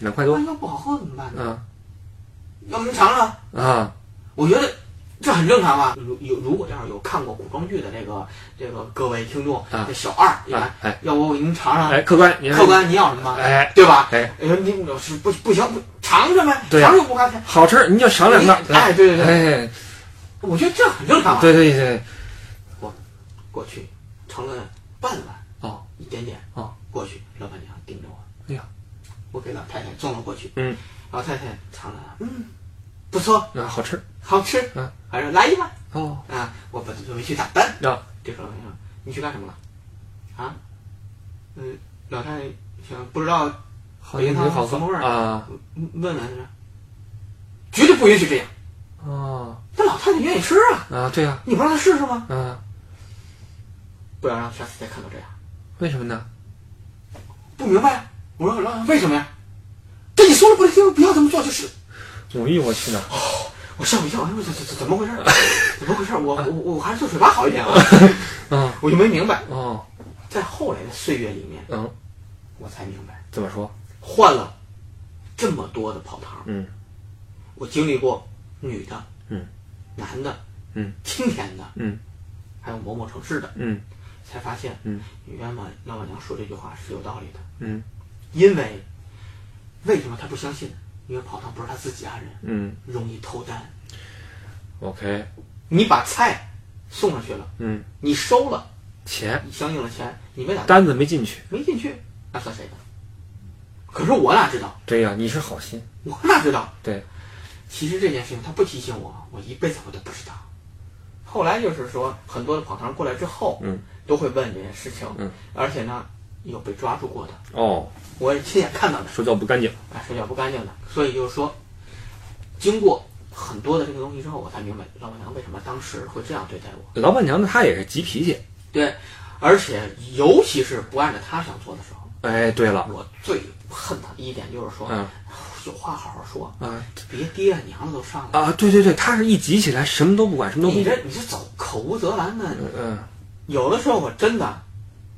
[SPEAKER 3] 两块
[SPEAKER 2] 看，
[SPEAKER 3] 多
[SPEAKER 2] 万一要不好喝怎么办呢？
[SPEAKER 3] 啊
[SPEAKER 2] 要不您尝尝？
[SPEAKER 3] 啊，
[SPEAKER 2] 我觉得这很正常吧。如有如果要是有看过古装剧的这个这个各位听众，
[SPEAKER 3] 啊
[SPEAKER 2] 这小二一来
[SPEAKER 3] 哎，哎
[SPEAKER 2] 要不我给您尝尝？
[SPEAKER 3] 哎，客官，您
[SPEAKER 2] 客官，你要什么？
[SPEAKER 3] 哎
[SPEAKER 2] 对吧？
[SPEAKER 3] 哎，
[SPEAKER 2] 哎呦，你我是不不行，不尝尝呗，
[SPEAKER 3] 对呀
[SPEAKER 2] 尝尝不花钱。
[SPEAKER 3] 好吃，您就赏两个，
[SPEAKER 2] 哎对对对
[SPEAKER 3] 哎，
[SPEAKER 2] 我觉得这很正常啊。
[SPEAKER 3] 对对对，
[SPEAKER 2] 过去盛了半碗
[SPEAKER 3] 哦，
[SPEAKER 2] 一点点
[SPEAKER 3] 哦，
[SPEAKER 2] 过去老板娘盯着我，
[SPEAKER 3] 哎呀，
[SPEAKER 2] 我给老太太送了过去，
[SPEAKER 3] 嗯，
[SPEAKER 2] 老太太尝了，嗯，不错，
[SPEAKER 3] 啊，好吃
[SPEAKER 2] 好吃，
[SPEAKER 3] 嗯，
[SPEAKER 2] 还说来一碗
[SPEAKER 3] 哦，
[SPEAKER 2] 啊，我本准备去打单，
[SPEAKER 3] 啊，
[SPEAKER 2] 这时候老板娘说你去干什么了？啊，嗯，老太太想不知道
[SPEAKER 3] 好您好
[SPEAKER 2] 什么味儿
[SPEAKER 3] 啊
[SPEAKER 2] 问问来着，绝对不允许这样，
[SPEAKER 3] 哦
[SPEAKER 2] 但老太太愿意吃啊，
[SPEAKER 3] 啊，对呀，
[SPEAKER 2] 你不让她试试吗？
[SPEAKER 3] 啊，
[SPEAKER 2] 不要让下次再看到这样。
[SPEAKER 3] 为什么呢？
[SPEAKER 2] 不明白。啊我说老板为什么呀？这你说了不听，不要这么做就是。
[SPEAKER 3] 我呦我去哪？
[SPEAKER 2] 我吓我一跳，哎呦，这这这怎么回事 儿？怎么回事儿？我我我还是做水吧好一点啊。
[SPEAKER 3] 啊
[SPEAKER 2] 我就没明白，
[SPEAKER 3] 哦
[SPEAKER 2] 在后来的岁月里面，
[SPEAKER 3] 嗯，
[SPEAKER 2] 我才明白，
[SPEAKER 3] 怎么说？
[SPEAKER 2] 换了这么多的跑堂，
[SPEAKER 3] 嗯
[SPEAKER 2] 我经历过女的，
[SPEAKER 3] 嗯，
[SPEAKER 2] 男的，
[SPEAKER 3] 嗯，
[SPEAKER 2] 清甜的，
[SPEAKER 3] 嗯
[SPEAKER 2] 还有某某城市的，
[SPEAKER 3] 嗯
[SPEAKER 2] 才发现，
[SPEAKER 3] 嗯，
[SPEAKER 2] 原本老板娘说这句话是有道理的，
[SPEAKER 3] 嗯
[SPEAKER 2] 因为为什么她不相信？因为跑堂不是她自己家人，
[SPEAKER 3] 嗯
[SPEAKER 2] 容易偷单。
[SPEAKER 3] ，OK，
[SPEAKER 2] 你把菜送上去了，
[SPEAKER 3] 嗯，
[SPEAKER 2] 你收了，
[SPEAKER 3] 钱
[SPEAKER 2] 你相应的钱，你没打
[SPEAKER 3] 单子没进去，
[SPEAKER 2] 没进去，那算谁的？可是我哪知道？
[SPEAKER 3] 对呀，你是好心，
[SPEAKER 2] 我哪知道？
[SPEAKER 3] 对，
[SPEAKER 2] 其实这件事情他不提醒我，我一辈子我都不知道。后来就是说，很多的跑堂过来之后，
[SPEAKER 3] 嗯，
[SPEAKER 2] 都会问这件事情，
[SPEAKER 3] 嗯，
[SPEAKER 2] 而且呢，有被抓住过的，
[SPEAKER 3] 哦，
[SPEAKER 2] 我也亲眼看到的，
[SPEAKER 3] 手脚不干净，
[SPEAKER 2] 啊，手脚不干净的。所以就是说，经过很多的这个东西之后，我才明白老板娘为什么当时会这样对待我。
[SPEAKER 3] 老板娘呢，她也是急脾气，
[SPEAKER 2] 对，而且尤其是不按照他想做的时候，
[SPEAKER 3] 哎，对了，
[SPEAKER 2] 我最恨他的一点就是说，
[SPEAKER 3] 嗯
[SPEAKER 2] 有话好好说，
[SPEAKER 3] 啊
[SPEAKER 2] 别爹啊娘的都上来。
[SPEAKER 3] 啊，对对对，她是一急起来什么都不管，什么都不
[SPEAKER 2] 你
[SPEAKER 3] 管
[SPEAKER 2] 这，你这走口无遮拦的，
[SPEAKER 3] 嗯。
[SPEAKER 2] 有的时候我真的，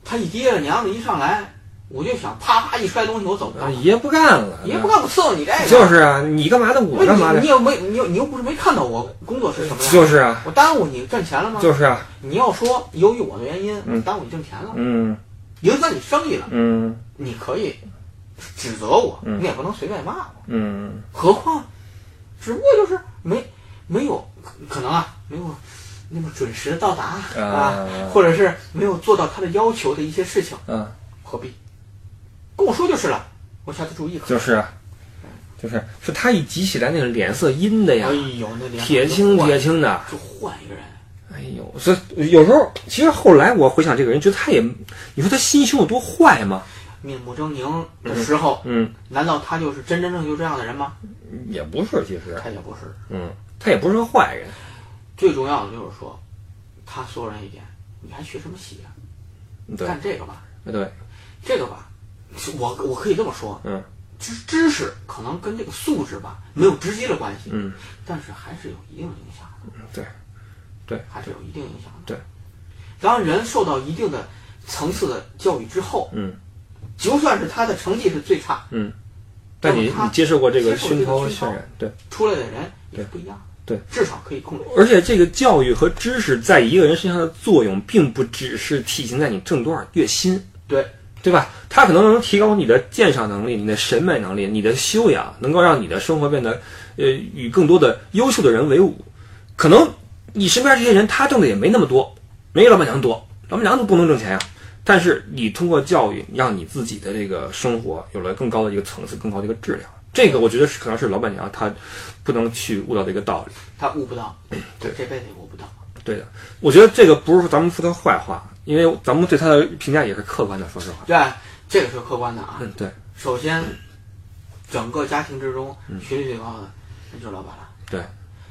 [SPEAKER 2] 他一爹啊娘的一上来，我就想啪啪一摔东西，我走不
[SPEAKER 3] 啊，
[SPEAKER 2] 了。
[SPEAKER 3] 爷不干了，
[SPEAKER 2] 爷不干我伺候你这个，哎
[SPEAKER 3] 就是啊，你干嘛的，我干嘛
[SPEAKER 2] 你
[SPEAKER 3] 的
[SPEAKER 2] 你，又没你又你又不是没看到我工作是什么样，
[SPEAKER 3] 就是啊，
[SPEAKER 2] 我耽误你挣钱了吗？
[SPEAKER 3] 就是啊，
[SPEAKER 2] 你要说由于我的原因，我耽误你挣钱了，
[SPEAKER 3] 嗯
[SPEAKER 2] 影响你生意了，
[SPEAKER 3] 嗯
[SPEAKER 2] 你可以指责我，你也不能随便骂我。
[SPEAKER 3] 嗯
[SPEAKER 2] 何况，只不过就是没没有可能啊，没有那么准时的到达啊
[SPEAKER 3] 啊
[SPEAKER 2] 或者是没有做到他的要求的一些事情，
[SPEAKER 3] 嗯，
[SPEAKER 2] 何必跟我说就是了？我下次注意可。
[SPEAKER 3] 就是啊，就是啊是他一急起来那个脸色阴的呀
[SPEAKER 2] 哎，呦，那脸
[SPEAKER 3] 铁青
[SPEAKER 2] 就换
[SPEAKER 3] 铁青的，
[SPEAKER 2] 就换一个人，
[SPEAKER 3] 哎呦，所以有时候其实后来我回想这个人，觉得他也，你说他心胸有多坏吗？
[SPEAKER 2] 面目狰狞的时候，
[SPEAKER 3] 嗯，
[SPEAKER 2] 难道他就是真真正就这样的人吗？
[SPEAKER 3] 也不是，其实，
[SPEAKER 2] 他也不是。
[SPEAKER 3] 嗯，他也不是个坏人。
[SPEAKER 2] 最重要的就是说，他所有人一点，你还学什么习啊？
[SPEAKER 3] 对
[SPEAKER 2] 干这个吧，
[SPEAKER 3] 嗯对，
[SPEAKER 2] 这个吧，我我可以这么说，
[SPEAKER 3] 嗯，
[SPEAKER 2] 知知识可能跟这个素质吧没有直接的关系，
[SPEAKER 3] 嗯，
[SPEAKER 2] 但是还是有一定影响的，
[SPEAKER 3] 对，
[SPEAKER 2] 还是有一定影响的。
[SPEAKER 3] 对，
[SPEAKER 2] 当人受到一定的层次的教育之后，
[SPEAKER 3] 嗯
[SPEAKER 2] 就算是他的成绩是最差，
[SPEAKER 3] 嗯。但你
[SPEAKER 2] 那么他
[SPEAKER 3] 你接受过这个
[SPEAKER 2] 接受这
[SPEAKER 3] 熏
[SPEAKER 2] 个
[SPEAKER 3] 陶
[SPEAKER 2] 熏陶
[SPEAKER 3] 渲染，对。
[SPEAKER 2] 出来的人也是不一样的，
[SPEAKER 3] 对对
[SPEAKER 2] 至少可以控制。
[SPEAKER 3] 而且这个教育和知识在一个人身上的作用，并不只是体现在你挣多少月薪，
[SPEAKER 2] 对，
[SPEAKER 3] 对吧？它可能能提高你的鉴赏能力、你的审美能力、你的修养，能够让你的生活变得，呃，与更多的优秀的人为伍。可能你身边这些人，他挣的也没那么多，没老板娘多，老板娘都不能挣钱呀、啊但是你通过教育，让你自己的这个生活有了更高的一个层次、更高的一个质量。这个我觉得是可能是老板娘她不能去悟到的一个道理。
[SPEAKER 2] 他悟不到，
[SPEAKER 3] 对
[SPEAKER 2] 这辈子也悟不到。
[SPEAKER 3] 对的，我觉得这个不是说咱们说他坏话，因为咱们对他的评价也是客观的。说实话，
[SPEAKER 2] 对，这个是客观的啊。
[SPEAKER 3] 嗯，对
[SPEAKER 2] 首先，整个家庭之中
[SPEAKER 3] 嗯
[SPEAKER 2] 学历最高的那就是老板了。
[SPEAKER 3] 对，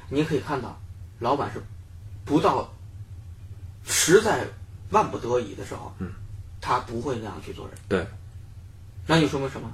[SPEAKER 2] 你可以看到，老板是不到实在万不得已的时候，
[SPEAKER 3] 嗯，
[SPEAKER 2] 他不会那样去做人。
[SPEAKER 3] 对，
[SPEAKER 2] 那就说明什么？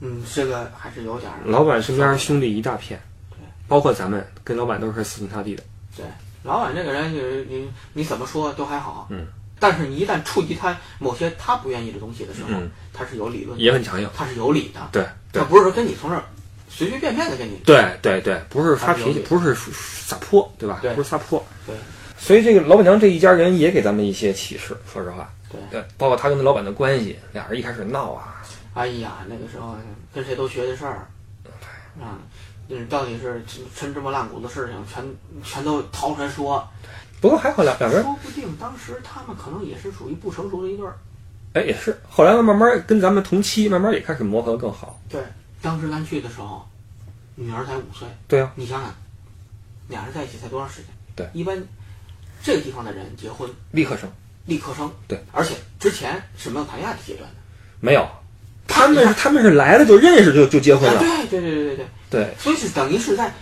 [SPEAKER 2] 嗯，这个还是有点儿
[SPEAKER 3] 老板身边兄弟一大片
[SPEAKER 2] 对，
[SPEAKER 3] 包括咱们跟老板都是死心塌地的。
[SPEAKER 2] 对。老板这个人，就是你你怎么说都还好，
[SPEAKER 3] 嗯。
[SPEAKER 2] 但是你一旦触及他某些他不愿意的东西的时候，
[SPEAKER 3] 嗯
[SPEAKER 2] 他是有理论的，
[SPEAKER 3] 也很强硬。
[SPEAKER 2] 他是有理的，
[SPEAKER 3] 对对
[SPEAKER 2] 他不是说跟你从这儿随随便便的跟你
[SPEAKER 3] 对对对，不是发
[SPEAKER 2] 他是有
[SPEAKER 3] 脾气，
[SPEAKER 2] 理的
[SPEAKER 3] 不是撒泼，对吧？
[SPEAKER 2] 对
[SPEAKER 3] 不是撒泼。
[SPEAKER 2] 对
[SPEAKER 3] 所以这个老板娘这一家人也给咱们一些启示。说实话，
[SPEAKER 2] 对。
[SPEAKER 3] 对，包括他跟老板的关系，俩人一开始闹啊，
[SPEAKER 2] 哎呀，那个时候跟谁都学的事儿，啊，嗯，到底是抻抻这么烂谷子事情，全全都掏出来说，
[SPEAKER 3] 不过还好两两个人
[SPEAKER 2] 说不定当时他们可能也是属于不成熟的一对儿。
[SPEAKER 3] 哎也是，后来慢慢跟咱们同期，慢慢也开始磨合得更好。
[SPEAKER 2] 对，当时咱去的时候，女儿才五岁，
[SPEAKER 3] 对啊，
[SPEAKER 2] 你想想，俩人在一起才多长时间？
[SPEAKER 3] 对
[SPEAKER 2] 一般这个地方的人结婚
[SPEAKER 3] 立刻生
[SPEAKER 2] 立刻生，
[SPEAKER 3] 对，
[SPEAKER 2] 而且之前是没有谈恋爱的阶段的。
[SPEAKER 3] 没有。他们是他们是来了就认识就就结婚
[SPEAKER 2] 啊，
[SPEAKER 3] 了，
[SPEAKER 2] 对对对对对对，
[SPEAKER 3] 对
[SPEAKER 2] 所以是等于是在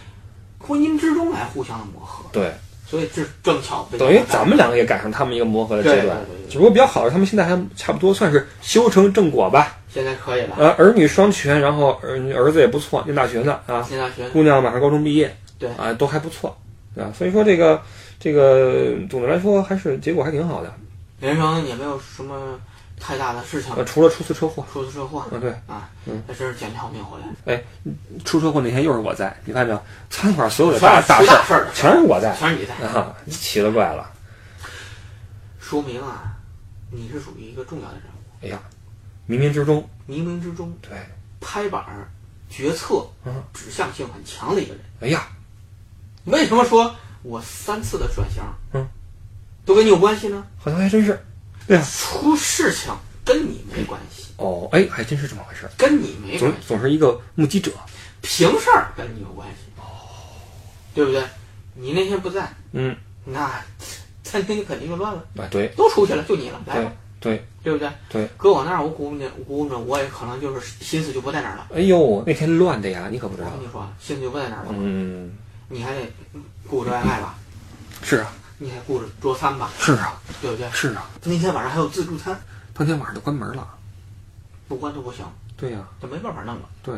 [SPEAKER 2] 婚姻之中来互相的磨合，
[SPEAKER 3] 对，
[SPEAKER 2] 所以这正巧被
[SPEAKER 3] 等于咱们两个也赶上他们一个磨合的阶段
[SPEAKER 2] 对对对，对
[SPEAKER 3] 只不过比较好的，他们现在还差不多算是修成正果吧，
[SPEAKER 2] 现在可以了，
[SPEAKER 3] 呃，儿女双全，然后儿儿子也不错，念大学呢啊，
[SPEAKER 2] 现在学
[SPEAKER 3] 姑娘马上高中毕业
[SPEAKER 2] 对
[SPEAKER 3] 啊，都还不错，啊，所以说这个这个总的来说还是结果还挺好的，
[SPEAKER 2] 人生也没有什么太大的事情，
[SPEAKER 3] 呃，除了出次车祸，
[SPEAKER 2] 出了车祸
[SPEAKER 3] 啊对，
[SPEAKER 2] 啊，那真是捡条命回来。
[SPEAKER 3] 出车祸那天又是我在，你看没有，餐馆所有的嗯大
[SPEAKER 2] 全是
[SPEAKER 3] 大事
[SPEAKER 2] 出
[SPEAKER 3] 儿
[SPEAKER 2] 大事儿的
[SPEAKER 3] 全是我在
[SPEAKER 2] 全是你在，
[SPEAKER 3] 啊，奇了怪了，
[SPEAKER 2] 说明啊，你是属于一个重要的人物，
[SPEAKER 3] 哎呀，冥冥之中
[SPEAKER 2] 冥冥之中
[SPEAKER 3] 对，
[SPEAKER 2] 拍板儿决策
[SPEAKER 3] 嗯
[SPEAKER 2] 指向性很强的一个人。
[SPEAKER 3] 哎呀，
[SPEAKER 2] 为什么说我三次的转型，
[SPEAKER 3] 嗯，
[SPEAKER 2] 都跟你有关系呢？
[SPEAKER 3] 好像还真是
[SPEAKER 2] 出事情跟你没关系，
[SPEAKER 3] 哦，哎，还真是这么回事儿。
[SPEAKER 2] 跟你没关
[SPEAKER 3] 总
[SPEAKER 2] 系，
[SPEAKER 3] 总是一个目击者。
[SPEAKER 2] 平事儿跟你有关系，对不对？你那天不在，
[SPEAKER 3] 嗯，
[SPEAKER 2] 那餐厅肯定就乱了。
[SPEAKER 3] 啊，对
[SPEAKER 2] 都出去了，就你了，来
[SPEAKER 3] 对
[SPEAKER 2] 吧，
[SPEAKER 3] 对，
[SPEAKER 2] 对不对？
[SPEAKER 3] 对，
[SPEAKER 2] 搁我那儿，我估摸着，我估摸着，我也可能就是心思就不在那儿了。
[SPEAKER 3] 哎呦，那天乱的呀，你可不知
[SPEAKER 2] 我
[SPEAKER 3] 道
[SPEAKER 2] 跟。你说啊，心思就不在那儿了，
[SPEAKER 3] 嗯，
[SPEAKER 2] 你还得顾着爱爱吧，
[SPEAKER 3] 是啊，
[SPEAKER 2] 你还顾着桌餐吧，
[SPEAKER 3] 是啊，
[SPEAKER 2] 对不对？
[SPEAKER 3] 是啊，
[SPEAKER 2] 那天晚上还有自助餐，
[SPEAKER 3] 当天晚上就关门了。
[SPEAKER 2] 不关都不行，
[SPEAKER 3] 对呀、
[SPEAKER 2] 这没办法弄了。
[SPEAKER 3] 对、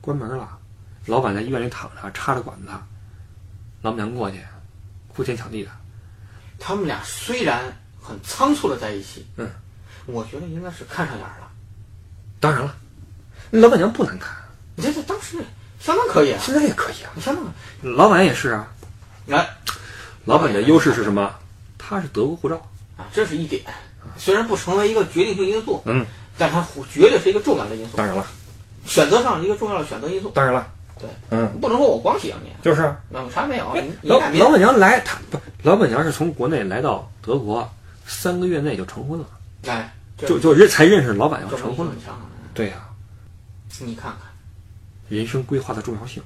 [SPEAKER 3] 关门了。老板在医院里躺着，插着管子，老板娘过去，哭天抢地的。
[SPEAKER 2] 他们俩虽然很仓促的在一起，
[SPEAKER 3] 嗯，
[SPEAKER 2] 我觉得应该是看上眼儿了。
[SPEAKER 3] 当然了，老板娘不难看，
[SPEAKER 2] 你这这当时相当可以啊，
[SPEAKER 3] 现在也可以啊。
[SPEAKER 2] 你相当可
[SPEAKER 3] 老板也是啊。
[SPEAKER 2] 以来
[SPEAKER 3] 老板的优势是什么？他是德国护照。
[SPEAKER 2] 啊，这是一点，虽然不成为一个决定性因素，
[SPEAKER 3] 嗯，
[SPEAKER 2] 但它绝对是一个重要的因素，
[SPEAKER 3] 当然了，
[SPEAKER 2] 选择上一个重要的选择因素。
[SPEAKER 3] 当然了。
[SPEAKER 2] 对，
[SPEAKER 3] 嗯，
[SPEAKER 2] 不能说我光喜欢你，
[SPEAKER 3] 就是啊。
[SPEAKER 2] 那我啥没有，你你
[SPEAKER 3] 老
[SPEAKER 2] 俩别
[SPEAKER 3] 老板娘来，她不，老板娘是从国内来到德国，三个月内就成婚了，
[SPEAKER 2] 哎，这
[SPEAKER 3] 就就认才认识老板要
[SPEAKER 2] 这
[SPEAKER 3] 成
[SPEAKER 2] 么
[SPEAKER 3] 婚了
[SPEAKER 2] 很。强啊，
[SPEAKER 3] 对呀、
[SPEAKER 2] 你看看，
[SPEAKER 3] 人生规划的重要性，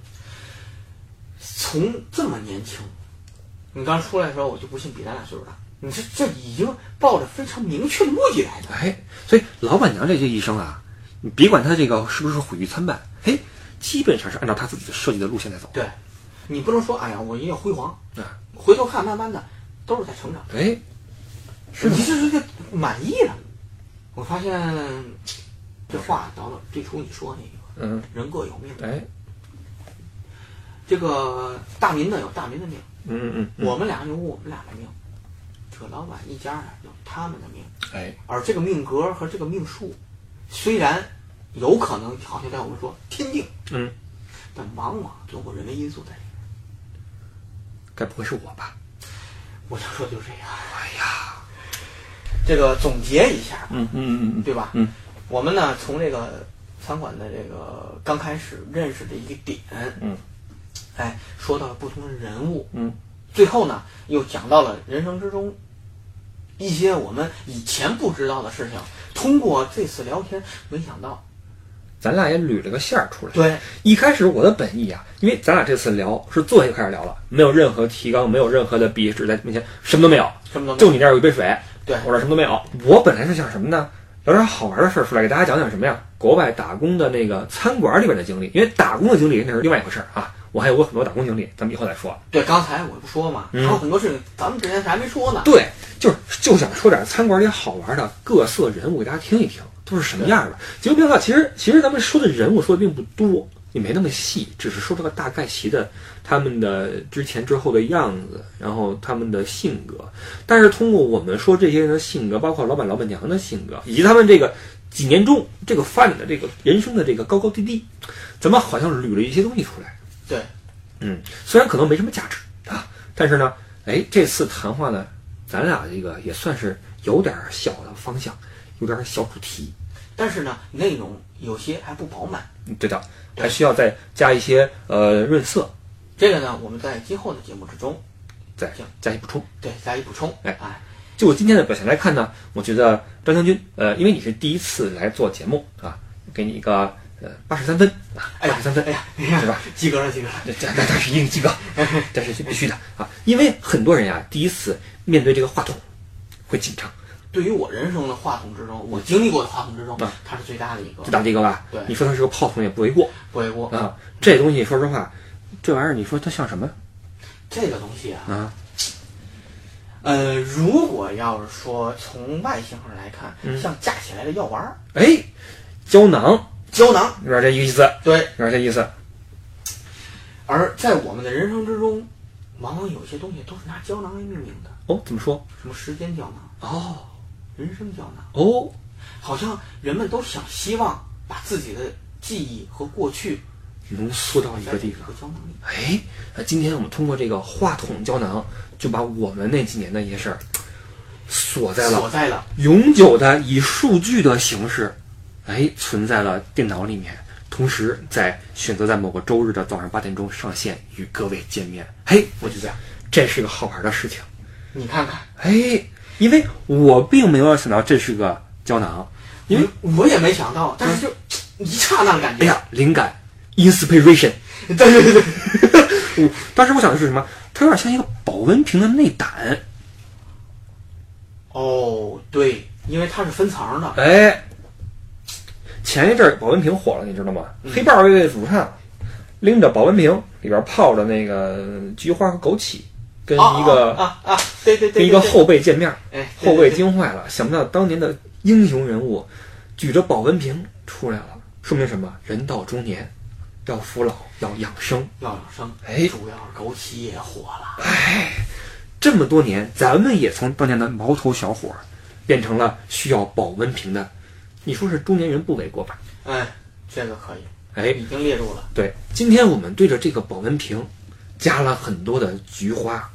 [SPEAKER 2] 从这么年轻你刚出来的时候，我就不信比咱俩岁数大。你这这已经抱着非常明确的目的来的。
[SPEAKER 3] 哎，所以老板娘这这一生啊，你别管她这个是不是毁誉参半，哎，基本上是按照她自己的设计的路线在走。
[SPEAKER 2] 对，你不能说，哎呀，我一定要辉煌。
[SPEAKER 3] 啊，
[SPEAKER 2] 回头看，慢慢的都是在成长。
[SPEAKER 3] 哎，是的
[SPEAKER 2] 你这是一个满意了。我发现这话倒到最初你说那个
[SPEAKER 3] 嗯，
[SPEAKER 2] 人各有命，
[SPEAKER 3] 哎，
[SPEAKER 2] 这个大民呢有大民的命，
[SPEAKER 3] 嗯嗯嗯，
[SPEAKER 2] 我们俩有我们俩的命，这个老板一家啊有他们的命，
[SPEAKER 3] 哎，
[SPEAKER 2] 而这个命格和这个命数，虽然有可能好像在我们说天定，
[SPEAKER 3] 嗯，
[SPEAKER 2] 但往往总有人为因素在里面。
[SPEAKER 3] 该不会是我吧？
[SPEAKER 2] 我想说就是这样，
[SPEAKER 3] 哎呀，
[SPEAKER 2] 这个总结一下，
[SPEAKER 3] 嗯嗯嗯
[SPEAKER 2] 对吧？
[SPEAKER 3] 嗯，
[SPEAKER 2] 我们呢从这个餐馆的这个刚开始认识的一个点，
[SPEAKER 3] 嗯，
[SPEAKER 2] 哎，说到了不同的人物，
[SPEAKER 3] 嗯，
[SPEAKER 2] 最后呢又讲到了人生之中一些我们以前不知道的事情。通过这次聊天，没想到，哎
[SPEAKER 3] 咱俩也捋了个线儿出来。
[SPEAKER 2] 对，
[SPEAKER 3] 一开始我的本意啊，因为咱俩这次聊是坐下就开始聊了，没有任何提纲，没有任何的笔纸在面前，什么都没有，
[SPEAKER 2] 什么都
[SPEAKER 3] 就
[SPEAKER 2] 没有。
[SPEAKER 3] 你那儿有一杯水，
[SPEAKER 2] 对
[SPEAKER 3] 我这儿什么都没有。我本来是想什么呢？聊点好玩的事儿出来，给大家讲讲什么呀？国外打工的那个餐馆里边的经历，因为打工的经历那是另外一回事儿啊。我还有过很多打工经历，咱们以后再说。啊
[SPEAKER 2] 对，刚才我不说嘛，还
[SPEAKER 3] 嗯
[SPEAKER 2] 有很多事情咱们之前还没说呢。
[SPEAKER 3] 对，就是就想说点餐馆里好玩的各色人物给大家听一听，都是什么样的。结果没想到，其实其实咱们说的人物说的并不多，也没那么细，只是说了个大概其的他们的之前之后的样子，然后他们的性格。但是通过我们说这些人的性格，包括老板老板娘的性格，以及他们这个几年中这个发展的这个人生的这个高高低低，咱们好像捋了一些东西出来。
[SPEAKER 2] 对，
[SPEAKER 3] 嗯，虽然可能没什么价值啊，但是呢，哎，这次谈话呢，咱俩这个也算是有点小的方向，有点小主题，
[SPEAKER 2] 但是呢，内容有些还不饱满。
[SPEAKER 3] 嗯对的，还需要再加一些呃润色，
[SPEAKER 2] 这个呢，我们在今后的节目之中，
[SPEAKER 3] 再
[SPEAKER 2] 行
[SPEAKER 3] 加以补充。
[SPEAKER 2] 对加以补充。
[SPEAKER 3] 哎
[SPEAKER 2] 哎，
[SPEAKER 3] 就我今天的表现来看呢，我觉得张将军，呃，因为你是第一次来做节目啊，给你一个呃八十三分啊，
[SPEAKER 2] 哎
[SPEAKER 3] 八
[SPEAKER 2] 呀
[SPEAKER 3] 十三分，
[SPEAKER 2] 哎呀，哎 呀
[SPEAKER 3] 对吧？
[SPEAKER 2] 及格了，及格了。
[SPEAKER 3] 这这这这是一定及格， 这是必须的啊，因为很多人呀、第一次面对这个话筒会紧张。
[SPEAKER 2] 对于我人生的话筒之中，我经历过的话筒之中，
[SPEAKER 3] 嗯
[SPEAKER 2] 它是最大的一个
[SPEAKER 3] 就打这个吧。
[SPEAKER 2] 对
[SPEAKER 3] 你说它是个炮筒也不为过
[SPEAKER 2] 不为过。
[SPEAKER 3] 啊。这东西说实话，这玩意儿你说它像什么
[SPEAKER 2] 这个东西啊，
[SPEAKER 3] 啊？
[SPEAKER 2] 呃，如果要是说从外形上来看，
[SPEAKER 3] 嗯
[SPEAKER 2] 像架起来的药丸儿、
[SPEAKER 3] 哎，胶囊
[SPEAKER 2] 胶囊，
[SPEAKER 3] 有点这意思，
[SPEAKER 2] 对。
[SPEAKER 3] 有点这意思。
[SPEAKER 2] 而在我们的人生之中，往往有些东西都是拿胶囊来命名的，
[SPEAKER 3] 哦，怎么说？
[SPEAKER 2] 什么时间胶囊、
[SPEAKER 3] 哦
[SPEAKER 2] 人生胶囊，
[SPEAKER 3] 哦，
[SPEAKER 2] 好像人们都想希望把自己的记忆和过去
[SPEAKER 3] 浓缩到一
[SPEAKER 2] 在
[SPEAKER 3] 个地
[SPEAKER 2] 一
[SPEAKER 3] 方。
[SPEAKER 2] 个胶囊里。
[SPEAKER 3] 哎，那今天我们通过这个话筒胶囊，就把我们那几年的一些事儿锁在
[SPEAKER 2] 所
[SPEAKER 3] 了
[SPEAKER 2] 在了，
[SPEAKER 3] 永久的以数据的形式，哎，存在了电脑里面。同时，在选择在某个周日的早上八点钟上线与各位见面。嘿，我觉得这是个好玩的事情。
[SPEAKER 2] 你看看，
[SPEAKER 3] 哎，因为我并没有想到这是个胶囊，因为嗯
[SPEAKER 2] 我也没想到，但是就一刹那的感
[SPEAKER 3] 哎
[SPEAKER 2] 觉。
[SPEAKER 3] 呀，灵感 inspiration，
[SPEAKER 2] 对对对对，
[SPEAKER 3] 我当时我想的是什么？它有点像一个保温瓶的内胆，
[SPEAKER 2] 哦，对，因为它是分层的，
[SPEAKER 3] 哎，前一阵儿保温瓶火了，你知道吗？黑豹乐队主唱拎着保温瓶，里边泡着那个菊花和枸杞，跟
[SPEAKER 2] 啊
[SPEAKER 3] 一个、
[SPEAKER 2] 啊啊啊，对对
[SPEAKER 3] 跟
[SPEAKER 2] 对，
[SPEAKER 3] 一个
[SPEAKER 2] 对，
[SPEAKER 3] 后辈见面，
[SPEAKER 2] 对哎，对
[SPEAKER 3] 后
[SPEAKER 2] 对
[SPEAKER 3] 辈
[SPEAKER 2] 对
[SPEAKER 3] 惊坏了，想不到当年的英雄人物举着保温瓶出来了，说明什么？人到中年要服老，要养生。
[SPEAKER 2] 要养生，
[SPEAKER 3] 哎
[SPEAKER 2] 主要是枸杞也火了，
[SPEAKER 3] 这么多年，咱们也从当年的毛头小伙儿，变成了需要保温瓶的，你说是中年人不为过吧？
[SPEAKER 2] 哎，这个可以，
[SPEAKER 3] 哎，
[SPEAKER 2] 已经列入了
[SPEAKER 3] 对，今天我们对着这个保温瓶加了很多的菊花，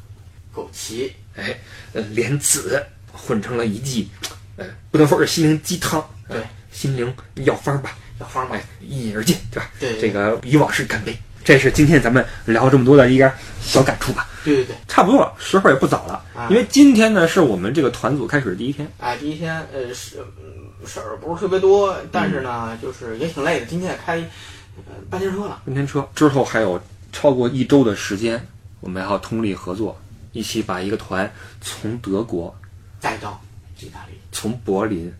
[SPEAKER 2] 枸杞，
[SPEAKER 3] 哎，呃，莲子混成了一剂，呃，不能说是心灵鸡汤，呃
[SPEAKER 2] 对，
[SPEAKER 3] 心灵药方吧，
[SPEAKER 2] 要方
[SPEAKER 3] 哎
[SPEAKER 2] 法，，
[SPEAKER 3] 一饮而尽，对吧？
[SPEAKER 2] 对
[SPEAKER 3] 这个以往事干杯，这是今天咱们聊这么多的一个小感触吧。
[SPEAKER 2] 对对对，
[SPEAKER 3] 差不多了，时候也不早了，
[SPEAKER 2] 啊
[SPEAKER 3] 因为今天呢是我们这个团组开始的第一天，
[SPEAKER 2] 哎，第一天呃是嗯事儿不是特别多，但是呢，就是也挺累的，今天也开呃半天车了，
[SPEAKER 3] 半天车之后还有超过一周的时间，我们还要通力合作，一起把一个团从德国、
[SPEAKER 2] 带到意大利，
[SPEAKER 3] 从柏林，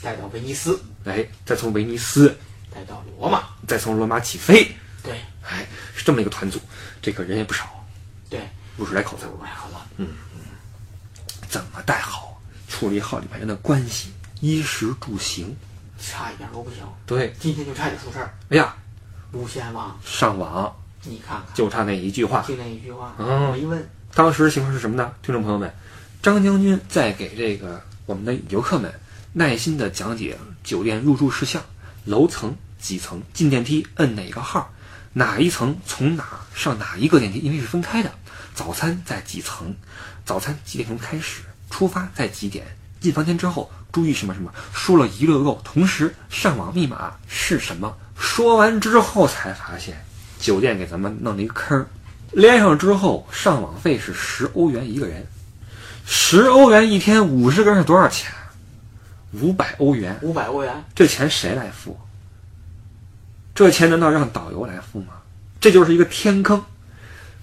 [SPEAKER 2] 带到威尼斯，
[SPEAKER 3] 哎，再从威尼斯，
[SPEAKER 2] 带到罗马，
[SPEAKER 3] 再从罗马起飞，
[SPEAKER 2] 对
[SPEAKER 3] 哎，是这么一个团组，这个人也不少，
[SPEAKER 2] 对，
[SPEAKER 3] 五十来口子，
[SPEAKER 2] 我还好吧，
[SPEAKER 3] 怎么带好，处理好里面人的关系，衣食住行，
[SPEAKER 2] 差一点都不行，
[SPEAKER 3] 对，
[SPEAKER 2] 今天就差点出事儿。
[SPEAKER 3] 哎呀，
[SPEAKER 2] 无线网，
[SPEAKER 3] 上网
[SPEAKER 2] 你看看，
[SPEAKER 3] 就差那一句话，
[SPEAKER 2] 听那一句话，
[SPEAKER 3] 嗯
[SPEAKER 2] 我一问，
[SPEAKER 3] 当时情况是什么呢？听众朋友们，张将军在给这个我们的游客们耐心的讲解酒店入住事项、楼层几层、进电梯摁哪个号、哪一层从哪上哪一个电梯，因为是分开的。早餐在几层，早餐几点钟开始，出发在几点，进房间之后注意什么什么，说了一溜够。同时上网密码是什么？说完之后才发现，酒店给咱们弄了一个坑儿。连上之后，上网费是十欧元一个人，十欧元一天，五十个人是多少钱？五百欧元，
[SPEAKER 2] 五百欧元，
[SPEAKER 3] 这钱谁来付？这钱难道让导游来付吗？这就是一个天坑，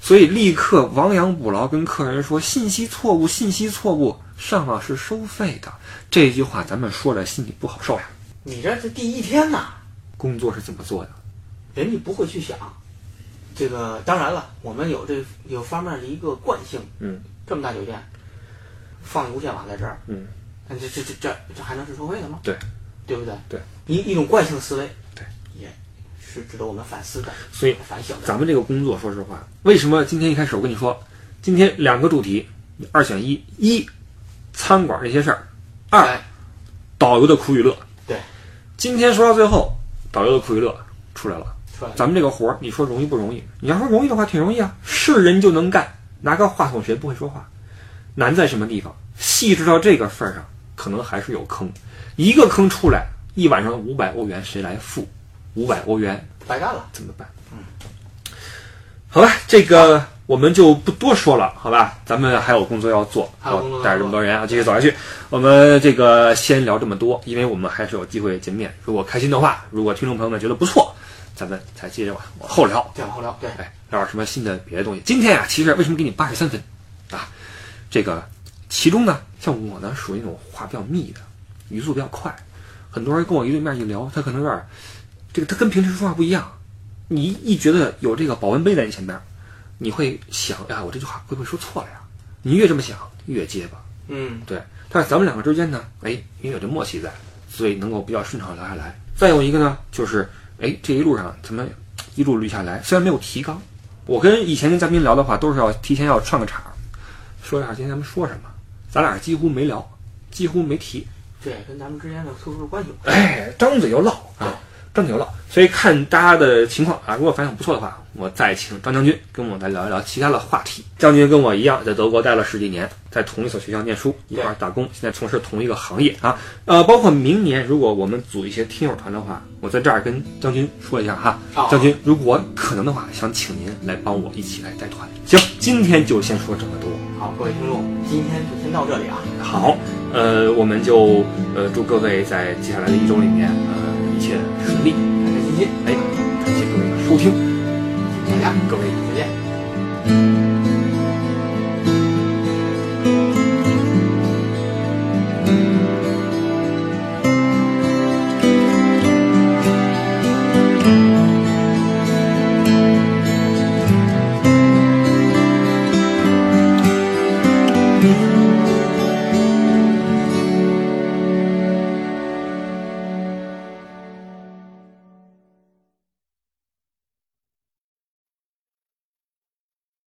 [SPEAKER 3] 所以立刻亡羊补牢，跟客人说信息错误，信息错误，上网是收费的。这句话咱们说着心里不好受呀。
[SPEAKER 2] 你这是第一天呐，
[SPEAKER 3] 工作是怎么做的？
[SPEAKER 2] 人家不会去想。这个当然了，我们有这有方面的一个惯性，
[SPEAKER 3] 嗯
[SPEAKER 2] 这么大酒店，放无线网在这儿，
[SPEAKER 3] 嗯，
[SPEAKER 2] 那这这这这这还能是收费的吗？
[SPEAKER 3] 对，
[SPEAKER 2] 对不对？
[SPEAKER 3] 对，
[SPEAKER 2] 一一种惯性思维，
[SPEAKER 3] 对，
[SPEAKER 2] 也是值得我们反思的，
[SPEAKER 3] 所以
[SPEAKER 2] 反省的。
[SPEAKER 3] 咱们这个工作，说实话，为什么今天一开始我跟你说，今天两个主题，二选一：一，餐馆这些事儿；二，
[SPEAKER 2] 哎，
[SPEAKER 3] 导游的苦与乐。
[SPEAKER 2] 对，
[SPEAKER 3] 今天说到最后，导游的苦与乐出来了。
[SPEAKER 2] 出来了，
[SPEAKER 3] 咱们这个活儿，你说容易不容易？你要说容易的话，挺容易啊，是人就能干。拿个话筒谁不会说话？难在什么地方？细致到这个份儿上，可能还是有坑。一个坑出来，一晚上五百欧元谁来付？五百欧元
[SPEAKER 2] 白干了。
[SPEAKER 3] 怎么办？嗯，好吧，这个我们就不多说了，好吧，咱们还有工作要做，
[SPEAKER 2] 还有工作要做
[SPEAKER 3] 带着这么多人啊，继续走下去。我们这个先聊这么多，因为我们还是有机会见面。如果开心的话，如果听众朋友们觉得不错，咱们才接着往往后聊。
[SPEAKER 2] 再往后聊，对，
[SPEAKER 3] 哎，聊点什么新的别的东西。今天啊，其实为什么给你八十三分啊？这个其中呢，像我呢，属于那种话比较密的，语速比较快。很多人跟我一对面一聊，他可能有点儿这个，他跟平时说话不一样。你一一觉得有这个保温杯在你前边儿，你会想，哎呀，我这句话会不会说错了呀？你越这么想，越结巴。
[SPEAKER 2] 嗯，
[SPEAKER 3] 对，但是咱们两个之间呢，哎，因为有这默契在，所以能够比较顺畅聊下来。再有一个呢，就是哎，这一路上咱们一路捋下来，虽然没有提纲，我跟以前跟嘉宾聊的话，都是要提前要串个场儿，说一下今天咱们说什么，咱俩几乎没聊，几乎没提，
[SPEAKER 2] 这也跟咱们之间的特殊的关系有关。
[SPEAKER 3] 哎，张嘴就唠啊，张嘴就唠。所以看大家的情况啊，如果反响不错的话，我再请张将军跟我们来聊一聊其他的话题。张将军跟我一样，在德国待了十几年，在同一所学校念书，一块儿打工，现在从事同一个行业啊。呃，包括明年如果我们组一些听友团的话，我在这儿跟张军说一下哈。
[SPEAKER 2] 好
[SPEAKER 3] 将军，如果可能的话，想请您来帮我一起来带团。行，今天就先说这么多。
[SPEAKER 2] 好，各位听众，今天就先到这里啊。
[SPEAKER 3] 好，呃，我们就呃祝各位在接下来的一周里面，呃，一切顺利。
[SPEAKER 2] 开开心心，
[SPEAKER 3] 哎，感谢各位的收听，
[SPEAKER 2] 大家
[SPEAKER 3] 各位。
[SPEAKER 2] 再见。
[SPEAKER 4] Thank